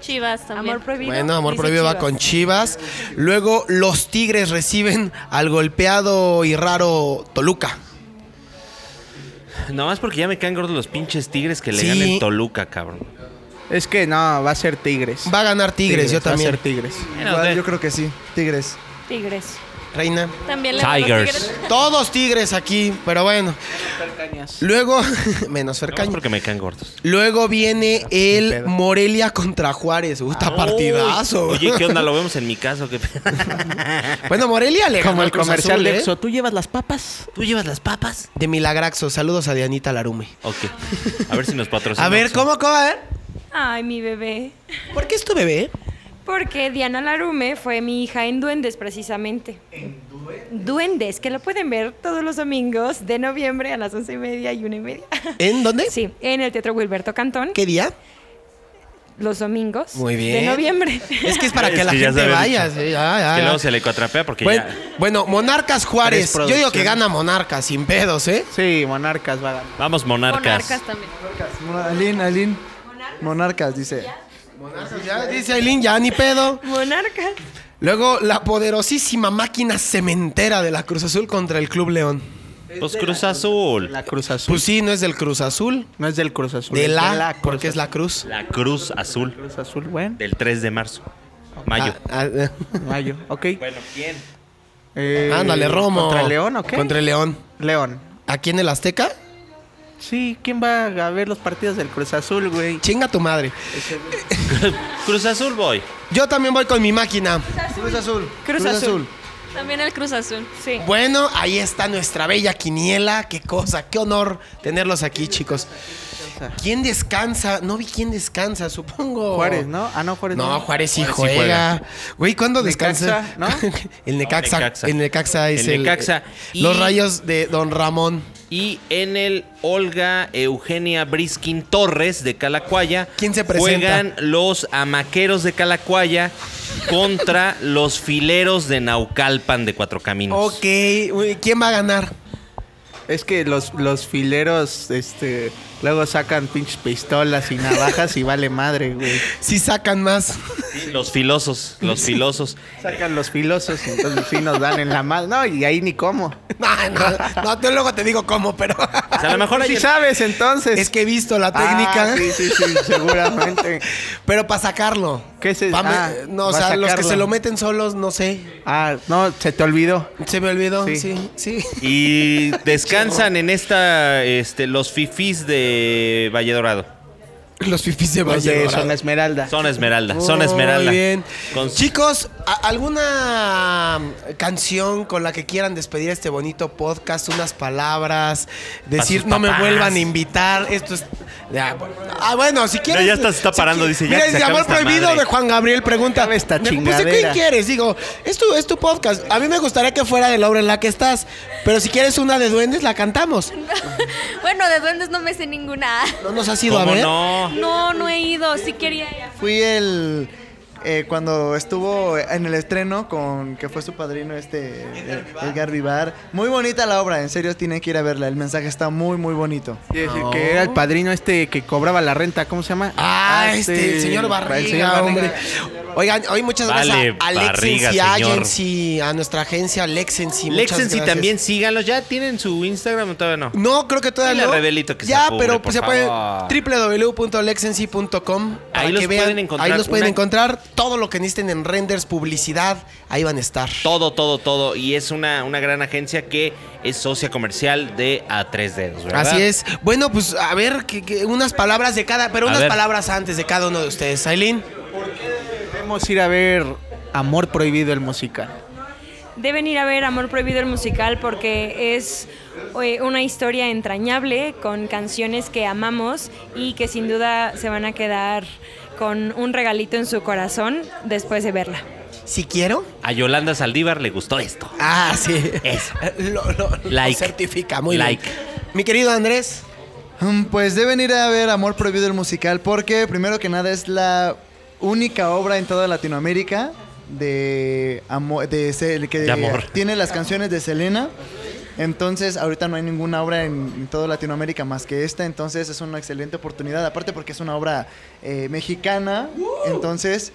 D: Chivas también.
F: Amor prohibido.
B: Bueno, Amor
F: dice
B: Prohibido va
F: Chivas.
B: con Chivas. Luego los Tigres reciben al golpeado y raro Toluca.
A: Nada más porque ya me caen gordos los pinches tigres que le
B: Sí.
A: ganen Toluca, cabrón.
C: Es que no, va a ser Tigres.
B: Va a ganar Tigres, yo
C: Va a
B: también.
C: ser Tigres.
E: Igual, yo creo que sí. Tigres.
F: Tigres.
B: Reina.
D: También le voy a los
A: Tigers.
D: Tigres.
B: Todos Tigres aquí, pero bueno. Luego, menos
A: Nada más
B: cercaño.
A: porque me caen gordos.
B: Luego viene el Morelia contra Juárez. Uy, está partidazo.
A: Ah, Uy, Oye, ¿qué onda? Lo vemos en mi caso. ¿qué pe-
B: Bueno, Morelia le ganó
C: Como el
B: al Cruz
C: comercial
B: Azul,
C: de
B: ¿eh?
C: Exo. ¿Tú llevas las papas?
A: ¿Tú llevas las papas?
B: De Milagraxo. Saludos a Dianita Larume.
A: Ok. A ver si nos
C: Pues
A: patrocina.
B: A ver,
A: Oxxo.
B: ¿cómo, cómo? A ver.
F: Ay, mi bebé.
B: ¿Por qué es tu bebé?
F: Porque Diana Larume fue mi hija en Duendes, precisamente. ¿En Duendes? Duendes, que lo pueden ver todos los domingos de noviembre a las once y media y una y media.
B: ¿En dónde?
F: Sí, en el Teatro Wilberto Cantón,
B: ¿Qué día?
F: los domingos
B: Muy
F: de
B: bien.
F: noviembre.
B: Es que es para
A: Es
B: que la
A: que ya se había
B: gente vaya.
A: dicho.
B: sí, ya, ya,
A: Que
B: ya.
A: luego se le cuatrapea porque
B: Ah. Bueno,
A: ya.
B: bueno, Monarcas Juárez.
C: Tres
B: Yo digo que
C: producciones.
B: gana Monarcas, sin pedos, ¿eh?
C: Sí, Monarcas va a ganar.
A: Vamos, monarcas.
D: Monarcas también.
E: Mon- Aileen, Aileen. Monarcas, dice.
B: Ya dice Aileen, ya ni pedo.
F: Monarcas.
B: Luego, la poderosísima máquina cementera de la Cruz Azul contra el Club León.
A: Pues Cruz Azul.
C: La Cruz Azul.
B: Pues sí, no es del Cruz Azul.
C: no es del Cruz Azul.
B: De
C: es
B: la,
C: Cruz
B: porque es
C: Azul.
B: la Cruz.
A: La Cruz Azul
C: Cruz Azul, bueno.
A: del 3 de marzo. Mayo.
B: Ah, ah,
C: Mayo, ok.
A: Bueno, ¿quién?
C: Eh,
B: ándale, Romo.
C: ¿Contra León o qué?
B: Contra el León.
C: León.
B: ¿Aquí en el Azteca?
C: Sí, ¿quién va a ver los partidos del Cruz Azul, güey?
B: Chinga tu madre.
A: Cruz Azul voy.
B: Yo también voy con mi máquina.
E: Cruz Azul.
F: Cruz Azul.
D: También el Cruz Azul.
F: Sí.
B: Bueno, ahí está nuestra bella quiniela. Qué cosa, qué honor tenerlos aquí, chicos. ¿Quién descansa? No vi quién descansa, supongo.
C: Juárez, ¿no? Ah, no, Juárez.
B: No, Juárez sí
A: Juárez sí
B: juega. Güey, ¿cuándo
C: Necaxa,
B: descansa?
C: ¿no?
B: el Necaxa.
A: Necaxa.
B: El Necaxa es
A: El
B: el. eh,
A: Necaxa.
B: Los
A: Y-
B: rayos de Don Ramón.
A: Y en el Olga Eugenia Briskin Torres de Calacuaya.
B: ¿Quién se presenta?
A: Juegan los amaqueros de Calacuaya contra los fileros de Naucalpan de Cuatro Caminos.
B: Ok, uy, ¿quién va a ganar?
C: Es que los, los fileros, este, luego sacan pinches pistolas y navajas y vale madre, güey.
B: Si sacan más.
A: Sí, Los filosos, los filosos.
C: Sacan los filosos, entonces sí nos dan en la madre. No, y ahí ni cómo.
B: No, no, no, tú luego te digo cómo, pero.
A: O sea, a lo mejor
C: Mejor si
A: hay-
C: sabes, entonces.
B: es que he visto la técnica.
C: Ah, sí, sí, sí, seguramente.
B: Pero para sacarlo.
C: ¿Qué es eso?
B: Pa' me-
C: Ah,
B: no, o
C: va a
B: sea, los que
C: sacarlo.
B: se lo meten solos, no sé.
C: Ah, no, se te olvidó.
B: Se me olvidó. Sí,
C: Sí.
B: sí.
A: Y descansan en esta este, los fifis de Valle Dorado.
B: Los fifis de
C: Los de
B: Valle.
C: Son Esmeralda.
A: Son Esmeralda, son
B: Muy
A: Esmeralda.
B: bien.
A: Con-
B: Chicos, ¿a- ¿alguna mm, canción con la que quieran despedir este bonito podcast? Unas palabras, decir
A: sus
B: no me
A: papás".
B: vuelvan a invitar. Esto es. Ya, bueno. ah, bueno, si quieres.
A: ya está- se está
B: si
A: parando,
B: qui-
A: dice, ya
B: Mira,
A: que
B: dice,
A: se acabe
B: amor
A: esta
B: prohibido
A: madre".
B: de Juan Gabriel pregunta.
C: acabe esta
B: me- pues, ¿de ¿quién
C: chingadera".
B: quieres? Digo, es tu, es tu podcast. A mí me gustaría que fuera de la obra en la que estás. Pero si quieres una de duendes, la cantamos.
D: Bueno, de duendes no me sé ninguna.
B: No nos has ido a
A: ¿Cómo
B: ver.
A: no?
E: no.
D: No, no he ido. Sí quería ir.
E: Fui el. eh, cuando estuvo en el estreno con que fue su padrino este eh, Edgar Vivar. Muy bonita la obra, en serio tienen que ir a verla. El mensaje está muy muy bonito.
G: Quiere decir que era el padrino este que cobraba la renta, ¿cómo se llama?
B: Ah, este, el señor Barriga,
G: el señor Barriga.
B: hombre. Oigan, hoy muchas gracias
A: Vale,
B: a Alexency
A: Barriga, señor.
B: Agency, a nuestra agencia Lexency. muchas
A: Lexency
B: gracias.
A: también, síganlos. ¿Ya tienen su Instagram o todavía no?
B: No, creo que todavía
A: Dile a
B: no.
A: Rebelito que se
B: ya,
A: apure,
B: pero
A: por
B: pues, se puede
A: favor.
B: www.lexency.com para
A: Ahí los
B: que vean.
A: pueden encontrar
B: Ahí los pueden
A: una-
B: encontrar todo lo que necesiten en renders, publicidad, ahí van a estar.
A: Todo, todo, todo. Y es una, una gran agencia que es socia comercial de A Tres Dedos, ¿verdad?
B: Así es. Bueno, pues a ver, que- que unas palabras de cada, pero
A: A
B: unas
A: ver.
B: palabras antes de cada uno de ustedes. Aileen.
G: Debemos ir a ver Amor Prohibido el musical.
F: Deben ir a ver Amor Prohibido el musical porque es eh, una historia entrañable con canciones que amamos y que sin duda se van a quedar con un regalito en su corazón después de verla.
B: Si quiero.
A: A Yolanda Saldívar le gustó esto.
B: Ah, sí.
A: Eso.
B: Lo, lo- lo
A: Like.
B: certifica, muy
A: Like.
B: bien. Mi querido Andrés.
E: Mm, Pues deben ir a ver Amor Prohibido el musical porque primero que nada es la única obra en toda Latinoamérica de amor de, Sel- que
A: De amor.
E: tiene las canciones de Selena. Entonces, ahorita no hay ninguna obra en, en toda Latinoamérica más que esta, entonces es una excelente oportunidad, aparte porque es una obra eh, mexicana, entonces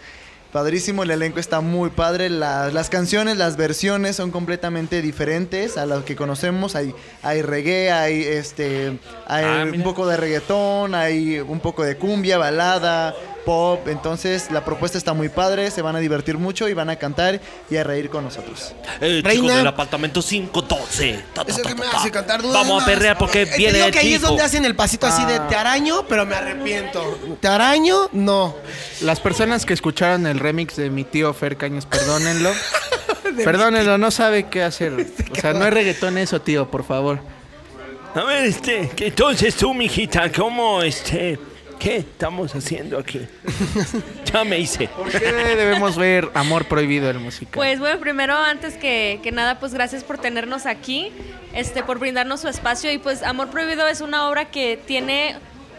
E: padrísimo, el elenco está muy padre, la- las canciones, las versiones son completamente diferentes a las que conocemos, hay, hay reggae, hay este hay
A: Ah,
E: un
A: mira.
E: poco de reggaetón, hay un poco de cumbia, balada, pop, entonces la propuesta está muy padre, se van a divertir mucho y van a cantar y a reír con nosotros.
A: Eh,
B: Reina.
A: chico del apartamento 512. Ta, ta,
B: Eso
A: ta,
B: que me
A: ta, ta.
B: hace cantar dudas.
A: Vamos a perrear porque
B: Eh, te
A: viene
B: digo
A: el
B: que ahí es
A: chico. Ah.
B: donde hacen el pasito así de te araño, pero me arrepiento. ¿Te araño? No.
G: Las personas que escucharon el remix de mi tío Fer Cañas, perdónenlo. Perdónenlo, no sabe qué hacer. O sea, no es reggaetón eso, tío, por favor.
A: A ver, este, que entonces tú, mijita, ¿cómo, este, qué estamos haciendo aquí? ya me hice.
G: ¿Por qué debemos ver Amor Prohibido el musical?
D: Pues bueno, primero, antes que, que nada, pues gracias por tenernos aquí, este, por brindarnos su espacio. Y pues Amor Prohibido es una obra que tiene.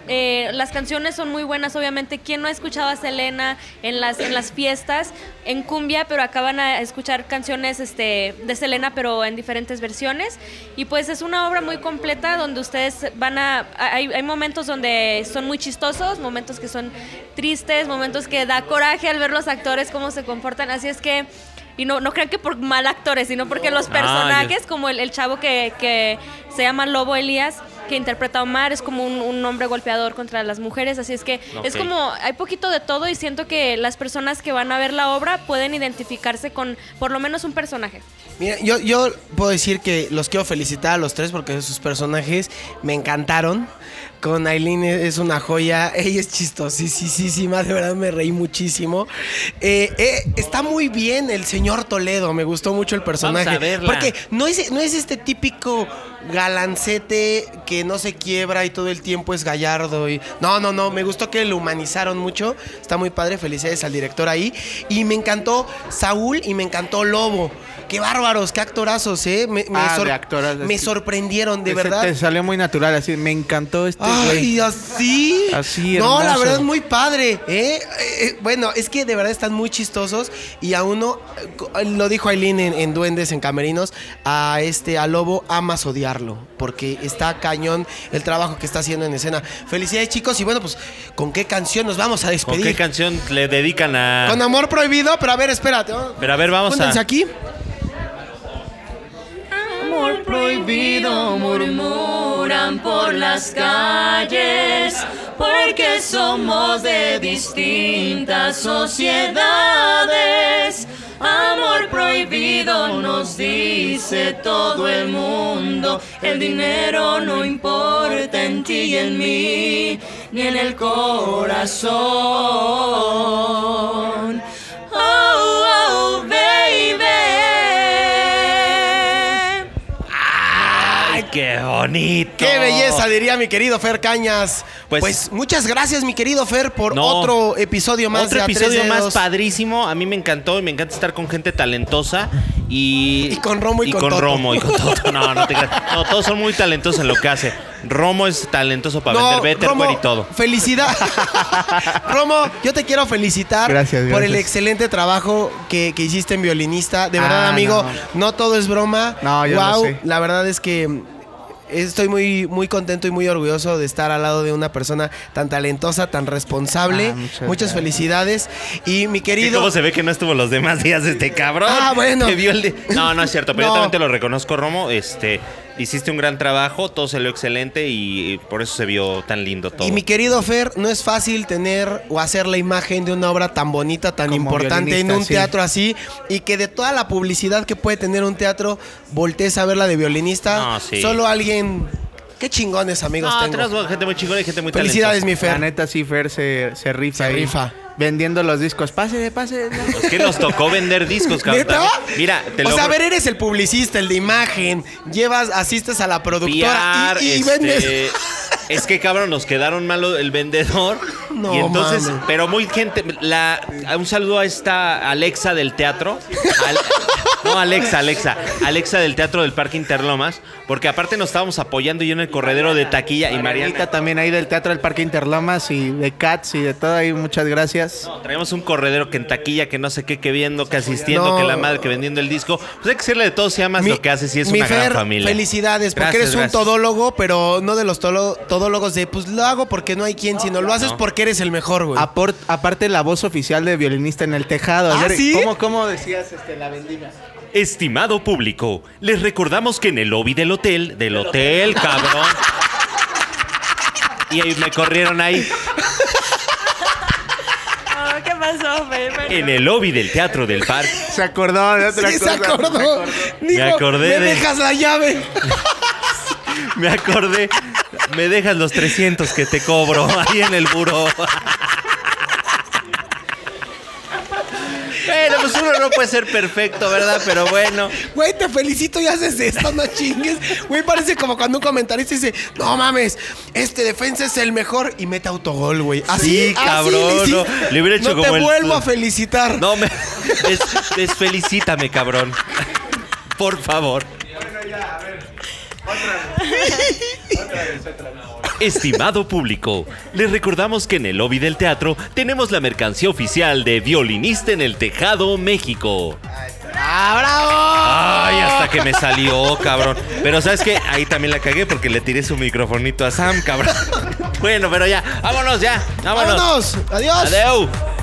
D: eh, las canciones son muy buenas, obviamente. ¿Quién no ha escuchado a Selena en las, en las fiestas, en cumbia, pero acaban a escuchar canciones este, de Selena, pero en diferentes versiones? Y pues es una obra muy completa donde ustedes van a... Hay, hay momentos donde son muy chistosos, momentos que son tristes, momentos que da coraje al ver los actores cómo se comportan. Así es que y no, no crean que por mal actores, sino porque los
A: Ah,
D: personajes, como el, el chavo que, que se llama Lobo Elías, que interpreta a Omar, es como un, un hombre golpeador contra las mujeres. Así es que es
A: Ok.
D: como, hay poquito de todo y siento que las personas que van a ver la obra pueden identificarse con por lo menos un personaje.
B: Mira, yo, yo puedo decir que los quiero felicitar a los tres porque sus personajes me encantaron. Con Aileen es es una joya, ella es chistosísima, de verdad me reí muchísimo. Eh, eh, está muy bien el señor Toledo, me gustó mucho el personaje.
A: Vamos a verla.
B: Porque no es, no es este típico galancete que no se quiebra y todo el tiempo es gallardo. Y... No, no, no, me gustó que lo humanizaron mucho. Está muy padre, felicidades al director ahí. Y me encantó Saúl y me encantó Lobo. Qué bárbaros, qué actorazos, ¿eh? Me, me
G: Ah,
B: sor-
G: de actorazos,
B: me
G: sí.
B: sorprendieron, de
G: Ese Te
B: verdad.
G: salió muy natural, así. Me encantó este güey.
B: Ay, así.
G: Así,
B: No, la
G: hermoso.
B: verdad es muy padre, ¿eh? Eh, eh, Bueno, es que de verdad están muy chistosos y a uno, eh, co- lo dijo Aileen en, en Duendes, en Camerinos, a este, a Lobo amas odiarlo, porque está cañón el trabajo que está haciendo en escena. Felicidades chicos y bueno, pues, ¿con qué canción nos vamos a
A: ¿Con qué
B: despedir? Con,
A: canción le dedican a...?
B: amor prohibido, pero a ver, espérate. ¿no?
A: Pero a ver, vamos
B: Pónganse
A: a...
B: aquí.
F: Amor prohibido murmuran por las calles, porque somos de distintas sociedades. Amor prohibido nos dice todo el mundo, el dinero no importa en ti y en mí, ni en el corazón. Oh, oh, baby.
A: ¡Ay, qué bonito! bonito.
B: ¡Qué belleza! Diría mi querido Fer Cañas. Pues,
A: Pues-
B: muchas gracias, mi querido Fer, por
A: No.
B: otro episodio más.
A: Otro
B: de A Tres
A: episodio más
B: Dedos.
A: padrísimo. A mí me encantó y me encanta estar con gente talentosa. Y,
B: Y con Romo y con Toto.
A: Romo y con Toto. No, no te creas. No, todos son muy talentosos en lo que hace. Romo es talentoso para
B: No,
A: vender Betterware y todo.
B: Felicidad. Romo, yo te quiero felicitar
C: Gracias,
B: por
C: gracias.
B: el excelente trabajo que, que hiciste en violinista. De verdad,
C: Ah,
B: amigo, no.
C: no.
B: todo es broma.
C: No, yo lo
B: Guau,
C: sé.
B: La verdad es que estoy muy, muy contento y muy orgulloso de estar al lado de una persona tan talentosa, tan responsable.
C: Ah, muchas
B: muchas
C: gracias.
B: felicidades. Y mi
A: ¿Y
B: querido.
A: cómo se ve que no estuvo los demás días este cabrón?
B: Ah, bueno.
A: Te vio el de- No, no es cierto, pero yo
B: No.
A: también te lo reconozco, Romo. Este, hiciste un gran trabajo, todo se lo excelente y por eso se vio tan lindo todo.
B: Y mi querido Fer, no es fácil tener o hacer la imagen de una obra tan bonita, tan
C: Como
B: importante en
C: violinista,
B: un
C: sí.
B: teatro así, y que de toda la publicidad que puede tener un teatro, voltees a verla de violinista.
A: No, sí.
B: Solo alguien. Qué chingones amigos
A: no,
B: tengo.
A: tenemos gente muy chingona y gente muy
B: Felicidades,
A: talentosa.
B: mi
C: La
B: Fer.
C: neta, sí, Fer se, se rifa.
B: Se
C: ahí,
B: rifa.
C: Vendiendo los discos. Pásele, pásele.
A: Es que nos tocó vender discos, cabrón.
B: ¿Neta?
A: Mira, te
B: o
A: lo
B: sea, a
A: juro-
B: ver, eres el publicista, el de imagen, llevas, asistes a la productora
A: PR,
B: y, y
A: este,
B: vendes.
A: Es que cabrón, nos quedaron malo el vendedor.
B: No
A: y entonces,
B: mames.
A: pero muy gente. La, un saludo a esta Alexa del teatro. Al- no, Alexa, Alexa. Alexa del teatro del Parque Interlomas. Porque aparte nos estábamos apoyando yo en el corredero de taquilla y Mariana.
C: Marianita también ahí del Teatro del Parque Interlomas y de Cats y de todo ahí. Muchas gracias.
A: No, traemos un corredero que en taquilla, que no sé qué, que viendo, que asistiendo,
B: No.
A: que la madre, que vendiendo el disco. Pues hay que decirle de todo, si amas
B: Mi-
A: lo que haces y es
B: mi
A: una gran
B: Fer,
A: familia.
B: Felicidades, porque
A: Gracias,
B: eres un
A: gracias.
B: todólogo, pero no de los tolo- todólogos de pues lo hago porque no hay quien, sino lo haces porque eres el mejor, güey.
A: Ah,
C: Apor- aparte, la voz oficial de violinista en el tejado.
B: ¿Ah, sí?
C: ¿Cómo, cómo decías este, la vendimia?
A: Estimado público, les recordamos que en el lobby del hotel, del hotel, cabrón. Y ahí me corrieron ahí.
F: Ah, ¿Qué pasó, Fer? Bueno.
A: En el lobby del teatro del parque.
C: Se acordó de otra
B: Sí, se
C: cosa.
B: acordó. Dijo,
A: acordé
B: me
A: de-
B: dejas la llave.
A: Me acordé. Me dejas los 300 que te cobro ahí en el buró. Bueno, pues uno no puede ser perfecto, ¿verdad? Pero bueno.
B: Güey, te felicito y haces esto, no chingues. Güey, parece como cuando un comentarista dice, no mames, este defensa es el mejor y mete autogol, güey. Así,
A: Sí, cabrón,
B: así le
A: no.
B: hiciste.
A: Le hubiera hecho
B: No
A: como
B: te
A: el-
B: vuelvo a felicitar.
A: No me. Des, desfelicítame, cabrón. Por favor. Estimado público, les recordamos que en el lobby del teatro tenemos la mercancía oficial de Violinista en el Tejado, México. ¡Ah, bravo! ¡Ay, hasta que me salió, cabrón! Pero ¿sabes qué? Ahí también la cagué porque le tiré su microfonito a Sam, cabrón. Bueno, pero ya, vámonos ya, vámonos.
B: Vámonos. Adiós.
A: Adeu.